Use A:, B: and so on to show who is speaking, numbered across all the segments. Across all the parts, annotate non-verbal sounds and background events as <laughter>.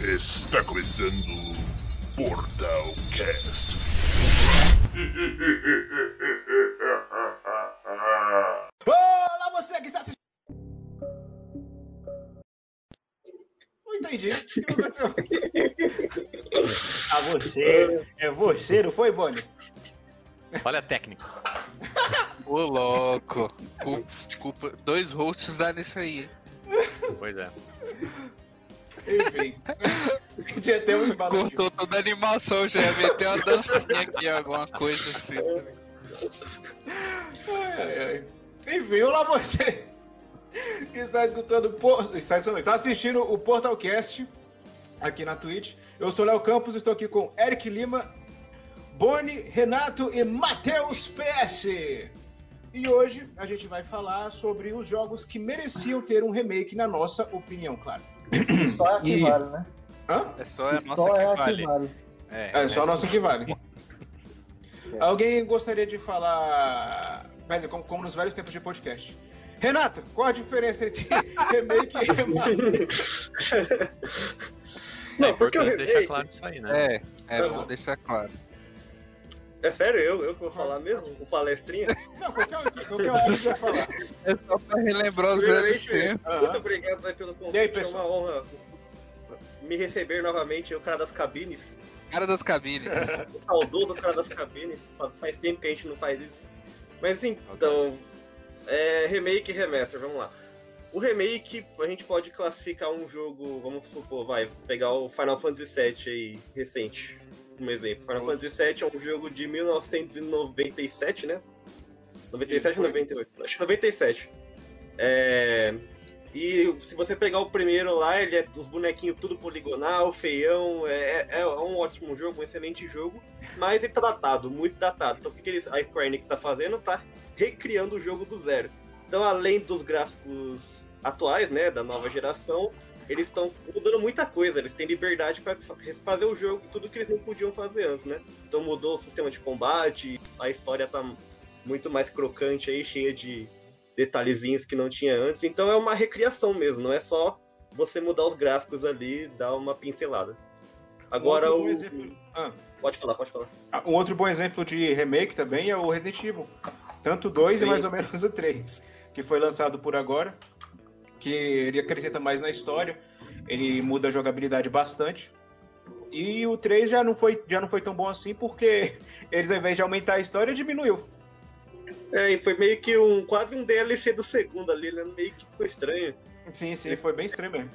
A: Está começando Portal Cast. <laughs>
B: Olá, você que está assistindo. Não entendi. O que aconteceu?
C: Ah, você. É você, não foi, Bonnie?
D: Olha a técnica.
E: Ô, louco. Culpa, culpa- dois hosts dá nisso aí.
D: Pois é.
B: Enfim. <laughs> Tinha até um embalo aqui.
E: Cortou toda a animação, já ia meter uma dancinha aqui, alguma coisa assim.
B: Ai, ai. É, Enfim, olá você que está escutando o Por- está, escutando- está assistindo o Portalcast aqui na Twitch. Eu sou Léo Campos, estou aqui com Eric Lima, Boni, Renato e Matheus PS. E hoje a gente vai falar sobre os jogos que mereciam ter um remake, na nossa opinião, claro.
F: Só é a que
B: E-
F: vale, né?
B: Hã?
E: É só a nossa
F: Só é
E: que
F: a
E: vale.
F: que vale.
B: É só a nossa que vale. Alguém gostaria de falar. Mas é como, como nos velhos tempos de podcast. Renato, qual a diferença entre remake e remaster?
D: É
G: Não, porque o
D: importante deixar
G: remake.
D: claro isso aí, né?
E: É, é, vamos deixar claro.
G: É sério, eu, eu que vou falar mesmo? O palestrinha?
B: Não, qualquer um que qualquer um que vai falar.
E: É só pra relembrar os anos
G: Primeiramente,
E: tempos.
G: <laughs> Muito
B: Aham.
G: obrigado Ah. aí pelo convite.
B: E aí,
G: É uma honra me receber novamente, o cara das cabines.
E: Cara das cabines.
G: O saudoso cara das cabines. Faz, faz tempo que a gente não faz isso. Mas então, é, remake e remaster, vamos lá. O remake, a gente pode classificar um jogo, vamos supor, vai, pegar o Final Fantasy VII aí, recente, como exemplo. Final Fantasy VII é um jogo de 1997, né? 97 ou 98? Acho que 97. É... E se você pegar o primeiro lá, ele é os bonequinhos tudo poligonal, feião, é, é- é um ótimo jogo, um excelente jogo, mas ele tá datado, muito datado. Então o que, que eles- a Square Enix tá fazendo? Tá recriando o jogo do zero. Então além dos gráficos atuais, né, da nova geração, eles estão mudando muita coisa, eles têm liberdade para fazer o jogo, tudo que eles não podiam fazer antes, né? Então mudou o sistema de combate, a história tá muito mais crocante aí, cheia de detalhezinhos que não tinha antes. Então é uma recriação mesmo, não é só você mudar os gráficos ali, dar uma pincelada. Agora
B: Outro bom
G: o.
B: exemplo- Ah,
G: Pode falar, pode falar.
B: ah, um outro bom exemplo de remake também é o Resident Evil. Tanto o 2 e
G: Sim.
B: mais ou menos o 3, que foi lançado por agora. Que ele acrescenta mais na história. Ele muda a jogabilidade bastante. E o 3 já não foi, já não foi tão bom assim, porque <laughs> eles, ao invés de aumentar a história, diminuiu.
G: É, e foi meio que um. quase um DLC do segundo ali, né? Meio que ficou estranho.
B: Sim, sim, foi bem estranho mesmo.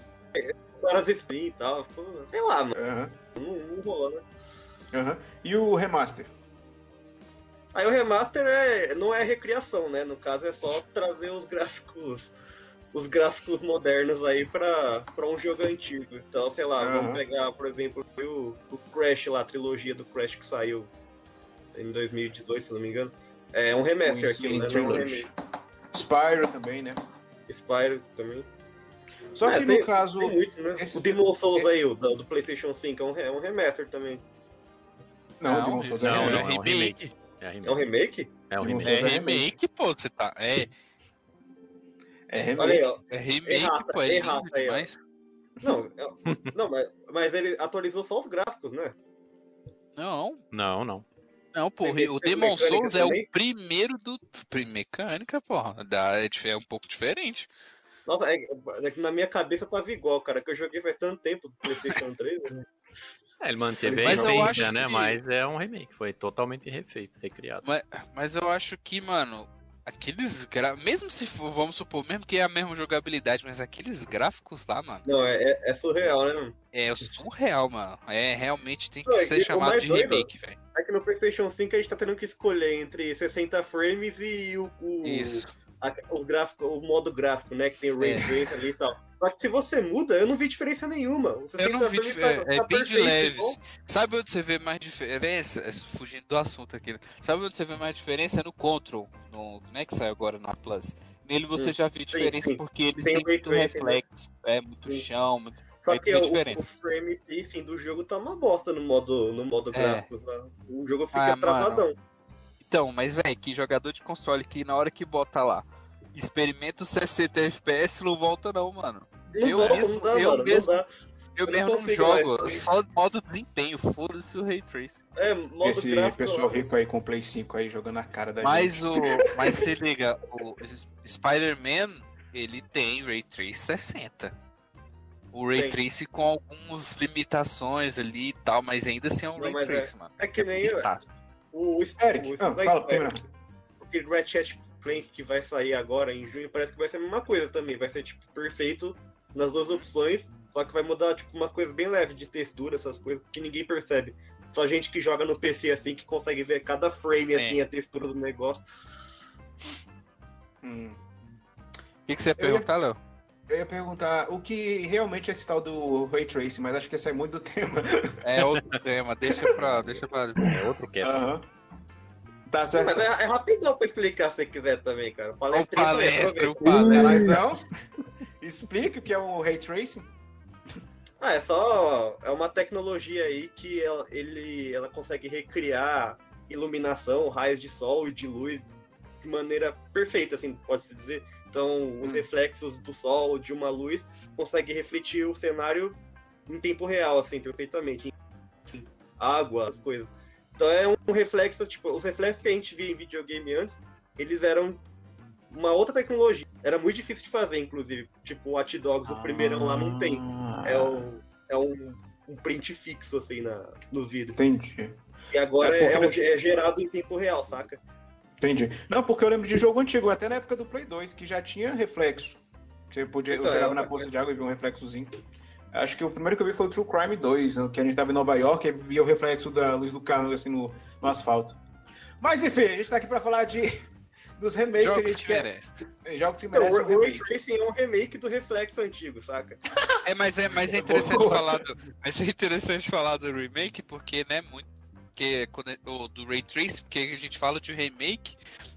G: Várias spin e tal. Ficou, sei lá, mano.
B: Aham,
G: Ah, Não, não rolou, né?
B: aham. E o remaster?
G: Aí o remaster é, não é recriação, né? No caso é só trazer os gráficos os gráficos modernos aí pra, pra um jogo antigo. Então, sei lá,
B: Aham.
G: vamos pegar, por exemplo, o, o Crash lá, a trilogia do Crash que saiu em 2018, se não me engano. É um remaster aqui, né? Não é um remake.
B: Spyro também, né?
G: Spyro também.
B: Só
G: É,
B: que
G: tem-
B: no caso.
G: Tem muitos, né?
B: esses-
G: O Demon Souls aí, o do, do PlayStation 5, é um, re- é um remaster também.
B: Não, o Demon Souls é
D: Não, não,
B: remake.
D: é um remake. É um
G: É um
D: remake.
G: remake?
D: É um
B: Demon
D: remake.
E: É remake, pô, você tá. É,
B: É remake.
G: Olha aí, ó.
E: é remake,
G: Errata,
E: pô, é lindo
G: errata aí, ó.
E: demais.
G: Não, é- <laughs> não mas, mas ele atualizou só os gráficos, né?
E: Não,
D: Não, não.
E: não, pô,
G: Remake
E: o
G: tem
E: Demon
G: mecânica
E: Souls é o
G: também?
E: primeiro do. Prim- Mecânica, porra. Dá- É dif- é um pouco diferente.
G: Nossa, é- é que na minha cabeça tava igual, cara, que eu joguei faz tanto tempo do PlayStation 3. né?
E: <laughs>
D: É, ele manteve a
E: Mas eu
D: essência,
E: acho
D: né?
E: que-
D: Mas é um remake. Foi totalmente refeito, recriado.
E: Mas eu acho que, mano, aqueles gra... mesmo se for, vamos supor, mesmo que é a mesma jogabilidade, mas aqueles gráficos lá, mano,
G: Não, é, é- é surreal, né? mano?
E: é surreal, mano. É realmente tem que
G: Não, e
E: ser
G: o
E: chamado
G: mais
E: de
G: doido-
E: remake, velho.
G: É que no PlayStation 5 a gente tá tendo que escolher entre 60 frames e o, o,
E: Isso.
G: a- o gráfico, o modo gráfico, né? Que tem o Ray
E: É.
G: Trace ali e tal. Só que se você muda, eu não vi diferença nenhuma. O 60
E: Eu não vi
G: frames
E: dif...
G: tá-
E: é, é
G: tá
E: bem de
G: perfeito,
E: leves.
G: igual.
E: Sabe onde você vê mais diferença? É, Fugindo do assunto aqui. né? Sabe onde você vê mais diferença? É no Control, no... né, que saiu agora na Plus. Nele você
G: Hum,
E: já vê diferença
G: sim.
E: porque ele
G: Tem
E: tem
G: o ray
E: muito
G: tracing, né?
E: reflexo, é muito
G: Sim.
E: chão, muito
G: Só
E: Aí
G: que
E: tem a
G: o, o
E: diferença.
G: frame pacing do jogo tá uma bosta no modo, no modo
E: É.
G: gráfico. né? O jogo
E: Ah,
G: fica
E: mano.
G: travadão.
E: Então, mas velho, que jogador de console que na hora que bota lá, experimenta os 60 FPS, não volta não, mano.
G: Não
E: Eu
G: volta,
E: mesmo-
G: não dá,
E: eu
G: mano.
E: mesmo-
G: Não dá.
E: Eu,
G: não
E: mesmo não
G: consigo
E: jogo,
G: mais.
E: só modo desempenho, foda-se o Ray Trace.
G: É, modo
B: Esse
G: gráfico, é
B: pessoal
G: não.
B: rico aí com Play 5 aí jogando a cara da
E: Mas
B: gente.
E: o. Mas se liga, o S- Spider-Man, ele tem Ray Trace 60. O Ray
G: Tem.
E: Trace com algumas limitações ali e tal, mas ainda assim é um
G: Não,
E: Ray
G: mas é-
E: Trace, mano.
G: É que nem o,
E: Tá.
G: o, o,
B: Eric,
G: o-
B: ah,
G: o-
B: fala, termina.
G: Porque Ratchet Clank que vai sair agora em junho parece que vai ser a mesma coisa também. Vai ser tipo perfeito nas duas opções, só que vai mudar tipo umas coisas bem leves de textura, essas coisas que ninguém percebe. Só gente que joga no PC assim que consegue ver cada frame
E: É.
G: assim a textura do negócio.
B: Hum.
E: O que, que você ia
B: Eu ia-
E: perguntar, Léo?
B: Eu ia perguntar o que realmente é esse tal do Ray Tracing, mas acho que esse é muito do tema.
E: É outro <laughs> tema, deixa pra. Deixa pra...
D: É outro cast.
G: Ah.
B: Aham. Tá
G: Não, Mas
B: certo.
G: é, é rapidão pra explicar se você quiser também, cara. Palestra,
E: Ô, um É palestra, ô,
B: Tá, né? Mas
E: palestra.
B: não, <laughs> explique o que é o Ray Tracing.
G: Ah, é só. É uma tecnologia aí que ela, ele, ela consegue recriar iluminação, raios de sol e de luz de maneira perfeita, assim, pode-se dizer. Então, os
B: Hum.
G: reflexos do sol, de uma luz, consegue refletir o cenário em tempo real, assim, perfeitamente. Água, as coisas. Então, é um reflexo, tipo, os reflexos que a gente via em videogame antes, eles eram uma outra tecnologia. Era muito difícil de fazer, inclusive. Tipo, o Hot Dogs, o primeirão lá, não tem é um, é um, um print fixo, assim, na, nos vidros.
B: Entendi.
G: E agora
B: É
G: é,
B: porque
G: é um-
B: não tinha-
G: é gerado em tempo real, saca?
B: Entendi. Não, porque eu lembro de jogo antigo, até na época do Play 2, que já tinha reflexo. Você podia,
G: Então,
B: você olhava
G: é,
B: na
G: é.
B: poça de água e via um reflexozinho. Acho que o primeiro que eu vi foi o True Crime 2, né, que a gente tava em Nova York e via o reflexo da luz do carro assim no, no asfalto. Mas enfim, a gente tá aqui pra falar de dos remakes, a
E: Jogos
B: gente
G: é
E: que
B: quer
E: merece.
B: jogos que
G: Então,
B: merecem um
G: o Ray
B: remake.
G: Tracing é um remake do reflexo antigo, saca?
E: É, mas é, mas é
B: É
E: interessante
B: boa.
E: falar do. Mas é interessante falar do remake, porque, né, muito. Porque quando, é- ou do Ray Trace, porque a gente fala de remake,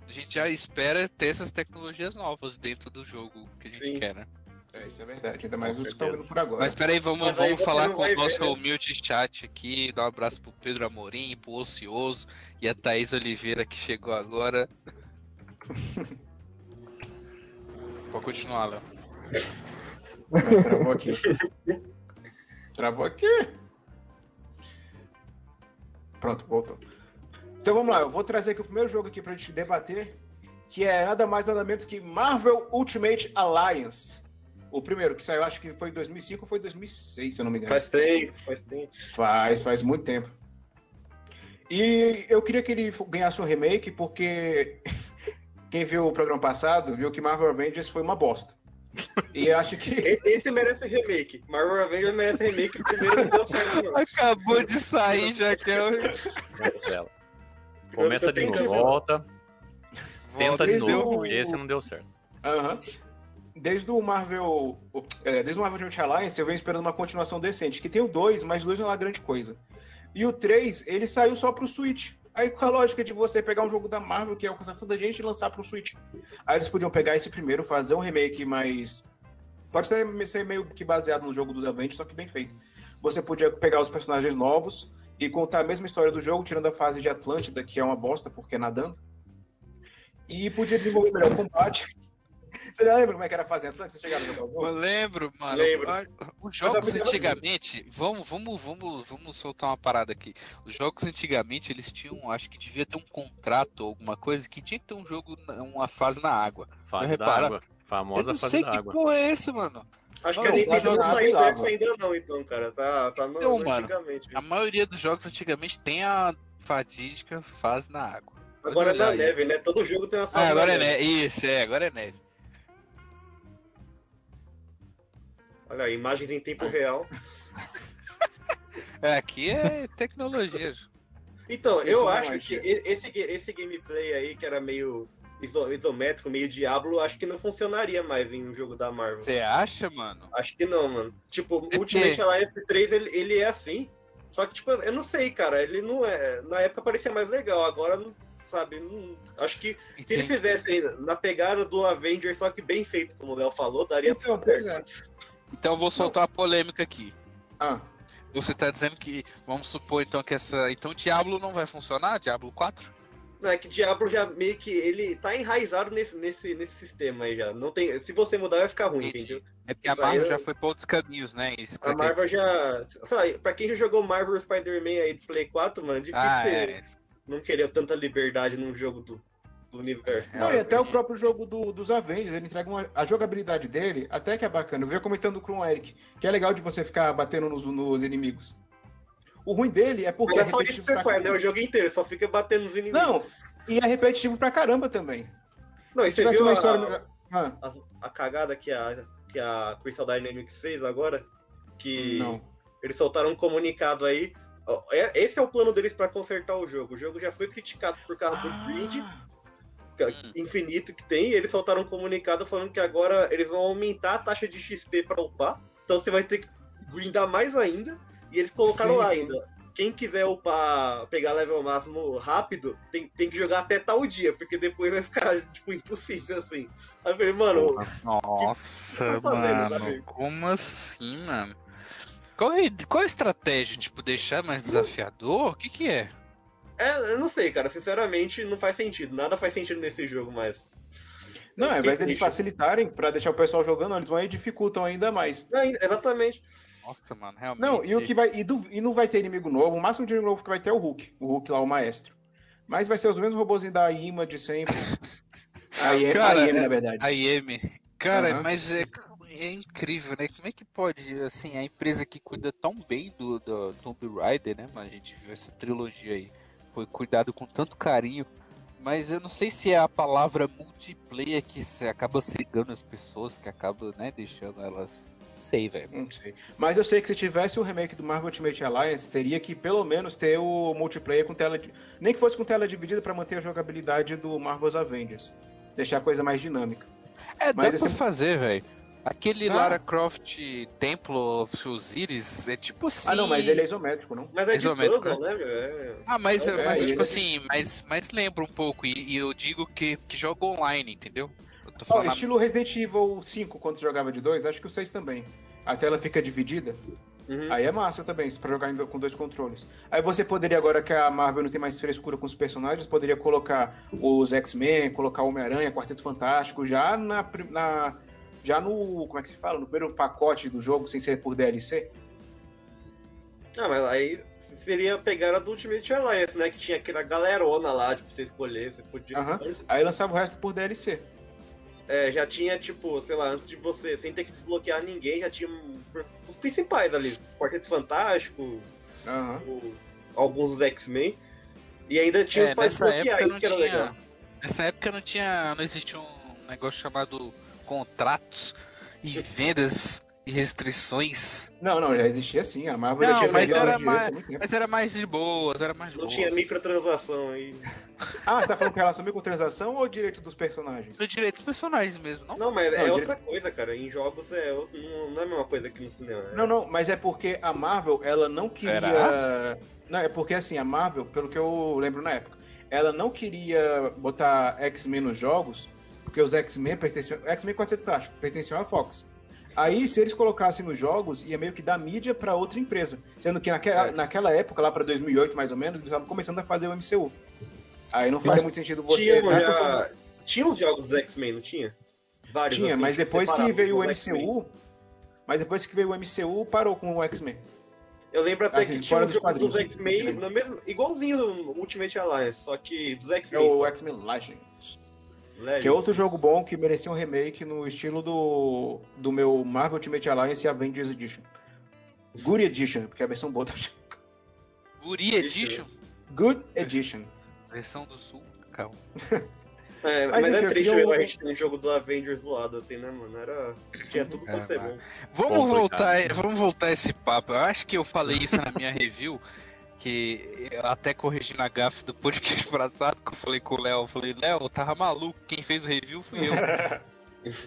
E: a gente já espera ter essas tecnologias novas dentro do jogo que a gente
G: Sim.
E: quer, né?
B: É, isso é verdade, ainda mais
D: Com
B: os que estão
D: certeza.
B: vindo por agora.
E: Mas peraí, vamos,
G: Mas aí
E: vamos
G: você
E: falar
G: não
E: com
G: vai
E: o
G: ver,
E: nosso
G: né?
E: humilde chat aqui. Dar um abraço pro Pedro Amorim, pro Ocioso e a Thaís Oliveira que chegou <laughs> agora. Pode continuar, Léo.
B: Mas travou aqui. travou aqui. Pronto, voltou. Então vamos lá, eu vou trazer aqui o primeiro jogo aqui pra gente debater, que é nada mais nada menos que Marvel Ultimate Alliance. O primeiro que saiu, acho que foi em 2005 ou foi em 2006, se eu não me engano.
G: Faz tempo, faz tempo.
B: Faz, faz muito tempo. E eu queria que ele fo- ganhasse um remake, porque <laughs> quem viu o programa passado viu que Marvel Avengers foi uma bosta. E eu acho que.
G: E- Esse merece remake. Marvel Avengers merece remake, o primeiro não deu certo, não.
E: Acabou de sair, já que eu.
D: Cancela. <laughs> Começa
G: Eu
D: de
G: tenho
D: novo.
G: que-
D: Volta, tenta de
B: desde
D: novo.
B: o-
D: Esse não deu certo.
B: Aham. Desde o Marvel. é, desde o Marvel Ultimate Alliance, eu venho esperando uma continuação decente. Que tem o 2, mas o 2 não é lá grande coisa. E o 3, ele saiu só pro Switch. Aí qual a lógica de você pegar um jogo da Marvel, que alcança tanta gente, e lançar pro Switch? Aí eles podiam pegar esse primeiro, fazer um remake mais. Pode ser, ser meio que baseado no jogo dos Avengers, só que bem feito. Você podia pegar os personagens novos e contar a mesma história do jogo, tirando a fase de Atlântida, que é uma bosta, porque é nadando. E podia desenvolver melhor o combate. <laughs> Você já lembra como é que era a fase de Atlântida? Você chegava no
E: Eu
B: jogo?
E: lembro, mano.
G: Lembro.
E: Ah, Os
B: Mas
E: jogos
B: eu lembro
E: antigamente. Vamos, vamos, vamos, vamos soltar uma parada aqui. Os jogos antigamente, eles tinham. Acho que devia ter um contrato ou alguma coisa que tinha que ter um jogo, na- uma fase na água.
D: Fase da
E: repara.
D: água. Famosa
E: eu não
D: fase
E: sei
D: da
E: que
D: água.
E: porra é essa, mano.
G: Acho
E: Não,
G: que a Nintendo
B: faz
G: não
B: nada,
G: saiu
B: lava.
G: dessa ainda não, então, cara. Tá, tá no,
E: Então,
G: no
E: mano,
G: antigamente.
E: A maioria dos jogos antigamente tem a fadídica fase na água. Olha
G: Agora é na
E: aí.
G: neve, né? Todo jogo tem uma fase
E: Ah, agora
G: na
E: é neve. Isso, é, agora é neve.
G: Olha aí, imagens em tempo real.
E: É, Aqui é tecnologia. <laughs>
G: Então,
B: Isso
G: eu
B: não
G: acho
B: é
G: que
E: né?
B: cheio.
G: e- esse, ga- esse gameplay aí, que era meio iso- isométrico, meio Diablo, acho que não funcionaria mais em um jogo da Marvel.
E: Você acha, mano?
G: Acho que não, mano. Tipo,
E: É
G: Ultimate
E: que-
G: Alliance 3, ele, ele é assim. Só que, tipo, eu não sei, cara. Ele não é. Na época parecia mais legal, agora não. Sabe? Não- acho que se ele
E: Entendi.
G: fizesse ainda na pegada do Avenger, só que bem feito, como o Léo falou, daria.
B: Então, pois é.
E: Então eu vou soltar a polêmica aqui.
B: Ah,
E: Você tá dizendo que, vamos supor então que essa. Então Diablo não vai funcionar? Diablo 4?
G: Não, é que Diablo já meio que ele tá enraizado nesse, nesse, nesse sistema aí já. Não tem, se você mudar vai ficar ruim,
E: Entendi.
G: entendeu?
E: É porque a
G: Isso aí
E: Marvel
G: eu-
E: já foi pra outros caminhos, né? Isso que
G: A
E: você quer
G: Marvel
E: dizer.
G: já. Sei lá, pra quem já jogou Marvel Spider-Man aí do Play 4, mano, difícil
E: Ah,
G: você
E: é.
G: não querer tanta liberdade num jogo do, do universo.
E: É,
B: Não, e
E: eu
B: até o
E: entendi.
B: próprio jogo do- dos Avengers, ele entrega uma, a jogabilidade dele, até que é bacana. Eu vinha comentando com o Eric, que é legal de você ficar batendo nos, nos inimigos. O ruim dele é porque
G: Mas é
B: é
G: só isso que
B: repetitivo
G: você
B: pra
G: faz, né? O
B: caramba.
G: jogo inteiro, só fica batendo nos inimigos.
B: Não, e é repetitivo pra caramba também.
G: não e
B: Se
G: você
B: tivesse
G: viu
B: uma
G: a,
B: história... melhor- Ah,
G: a, a cagada que a, que a Crystal Dynamics fez agora? Que
B: não.
G: eles soltaram um comunicado aí. Ó, é- Esse é o plano deles pra consertar o jogo. O jogo já foi criticado por causa
B: Ah.
G: do grid ca- infinito que tem, e eles soltaram um comunicado falando que agora eles vão aumentar a taxa de XP pra upar. Então você vai ter que grindar mais ainda. E eles colocaram
B: Sim,
G: lá
B: sim.
G: ainda. Quem quiser upar, pegar level máximo rápido, tem, tem que jogar até tal dia, porque depois vai ficar, <laughs> tipo, impossível assim. Aí eu falei, mano,
E: Nossa,
G: que tá fazendo,
E: mano.
G: sabe?
E: Como assim, mano? Qual, é- qual é a estratégia? Tipo, deixar mais desafiador? O que que é?
G: é, eu não sei, cara. Sinceramente, não faz sentido. Nada faz sentido nesse jogo mais.
B: Não, ao invés
G: Que
B: deles
G: triste.
B: facilitarem pra deixar o pessoal jogando, eles vão e dificultam ainda mais.
G: Não, é, exatamente.
E: Nossa, mano, realmente.
B: Não, e o que vai. E, du- e não vai ter inimigo novo. O máximo de inimigo novo que vai ter é o Hulk. O Hulk lá, o maestro. Mas vai ser os mesmos robozinhos da IMA de sempre. A IEM,
E: Cara,
B: a IEM, é, na verdade.
E: A IM. Cara,
B: Aham.
E: mas é, é incrível, né? Como é que pode, assim, a empresa que cuida tão bem do, do Tomb Raider, né, mano? A gente viu essa trilogia aí. Foi cuidado com tanto carinho. Mas eu não sei se é a palavra multiplayer que se- acaba cegando as pessoas, que acaba, né, deixando elas. Não sei, velho.
B: Não sei. Mas eu sei que se tivesse o remake do Marvel Ultimate Alliance, teria que pelo menos ter o multiplayer com tela. di- Nem que fosse com tela dividida pra manter a jogabilidade do Marvel's Avengers. Deixar a coisa mais dinâmica.
E: É,
B: Mas
E: dá
B: esse- Ah.
E: pra fazer, velho. Aquele
B: Dá.
E: Lara Croft Temple of Osiris é tipo assim.
B: Ah, não, mas ele é isométrico, não?
G: Mas é de
E: Isométrico,
G: puzzle, né, meu? É...
E: Ah, mas,
G: É,
E: mas
B: é,
E: tipo
B: ele-
E: assim, mas, mas lembra um pouco, e, e eu digo que, que joga online, entendeu? Eu tô
B: Ó,
E: falando.
B: estilo Resident Evil 5, quando você jogava de dois, acho que o 6 também. A tela fica dividida.
G: Uhum.
B: Aí é massa também, pra jogar ainda com dois controles. Aí você poderia, agora que a Marvel não tem mais frescura com os personagens, poderia colocar os X-Men, colocar o Homem-Aranha, Quarteto Fantástico, já na, pri- na- Já no. Como é que se fala? No primeiro pacote do jogo, sem ser por DLC.
G: Ah, mas aí seria pegar a do Ultimate Alliance, né? Que tinha aquela galerona lá, tipo, você escolher, você podia.
B: Aham.
G: Antes,
B: Aí lançava o resto por DLC.
G: é, já tinha, tipo, sei lá, antes de você, sem ter que desbloquear ninguém, já tinha os, os principais ali. Quarteto Fantástico,
B: Aham.
G: o- alguns dos X-Men. E ainda tinha
E: É,
G: os pra
E: nessa
G: desbloquear,
E: época
G: isso
E: não
G: que era legal.
E: tinha. Nessa época não tinha. Não existia um negócio chamado contratos e vendas e restrições.
B: Não, não, já existia sim. A Marvel
E: Não,
B: já tinha
E: mas
B: vendido
E: era
B: os direitos
E: mais-
B: há muito tempo.
E: Mas era mais de boas, era mais de
G: Não
E: boas.
G: tinha microtransação aí.
B: Ah, você tá falando com relação à microtransação ou direito dos personagens?
E: No direito dos personagens mesmo, não?
G: Não, mas
B: Não,
G: é
B: dire-
G: outra coisa, cara. Em jogos é, outro- não, não é a mesma coisa que no cinema. né?
B: Não, não, mas é porque a Marvel, ela não queria. Não, é porque assim, a Marvel, pelo que eu lembro na época, ela não queria botar X-Men nos jogos, porque os X-Men pertenciam. X-Men Quarteto Fantástico pertenciam à Fox. Aí, se eles colocassem nos jogos, ia meio que dar mídia pra outra empresa. Sendo que naquela, naquela época, lá pra 2008 mais ou menos, eles estavam começando a fazer o MCU. Aí não faz muito sentido você. tá
G: tinha,
B: dar
G: já-
B: conformidade.
G: tinha os jogos dos X-Men, não tinha? Vários.
B: Tinha,
G: assim,
B: mas
G: tipo,
B: depois que
G: separados
B: veio o
G: dos X-Men.
B: MCU. Mas depois que veio o MCU, parou com o X-Men.
G: Eu lembro até
B: Assim,
G: que tinha
B: fora
G: um
B: dos
G: jogo dos
B: quadrinhos,
G: X-Men,
B: cinema.
G: no mesmo, igualzinho do Ultimate Alliance, só que dos
B: É
G: X-Men.
B: o
G: só.
B: X-Men Legends.
G: Legends.
B: Que é outro jogo bom que merecia um remake no estilo do, do meu Marvel Ultimate Alliance e Avengers Edition. Good Edition, porque é a versão boa da
E: Guri Edition?
B: Good Edition.
E: Versão do Sul, calma.
G: É,
B: Mas
G: mas
B: enfim,
G: é
B: eu
G: triste
B: queria
G: mesmo
B: um-
G: a gente ter um jogo do Avengers zoado, assim, né, mano? Era... Tinha tudo pra
E: É,
G: ser
E: mas-
G: bom.
E: Vamos
D: Complicado.
E: voltar, vamos voltar esse papo. Eu acho que eu falei isso na minha <laughs> review, que eu até corrigi na gafe do podcast <laughs> passado, que eu falei com o Léo. Eu falei, Léo, eu tava maluco, quem fez o review fui eu.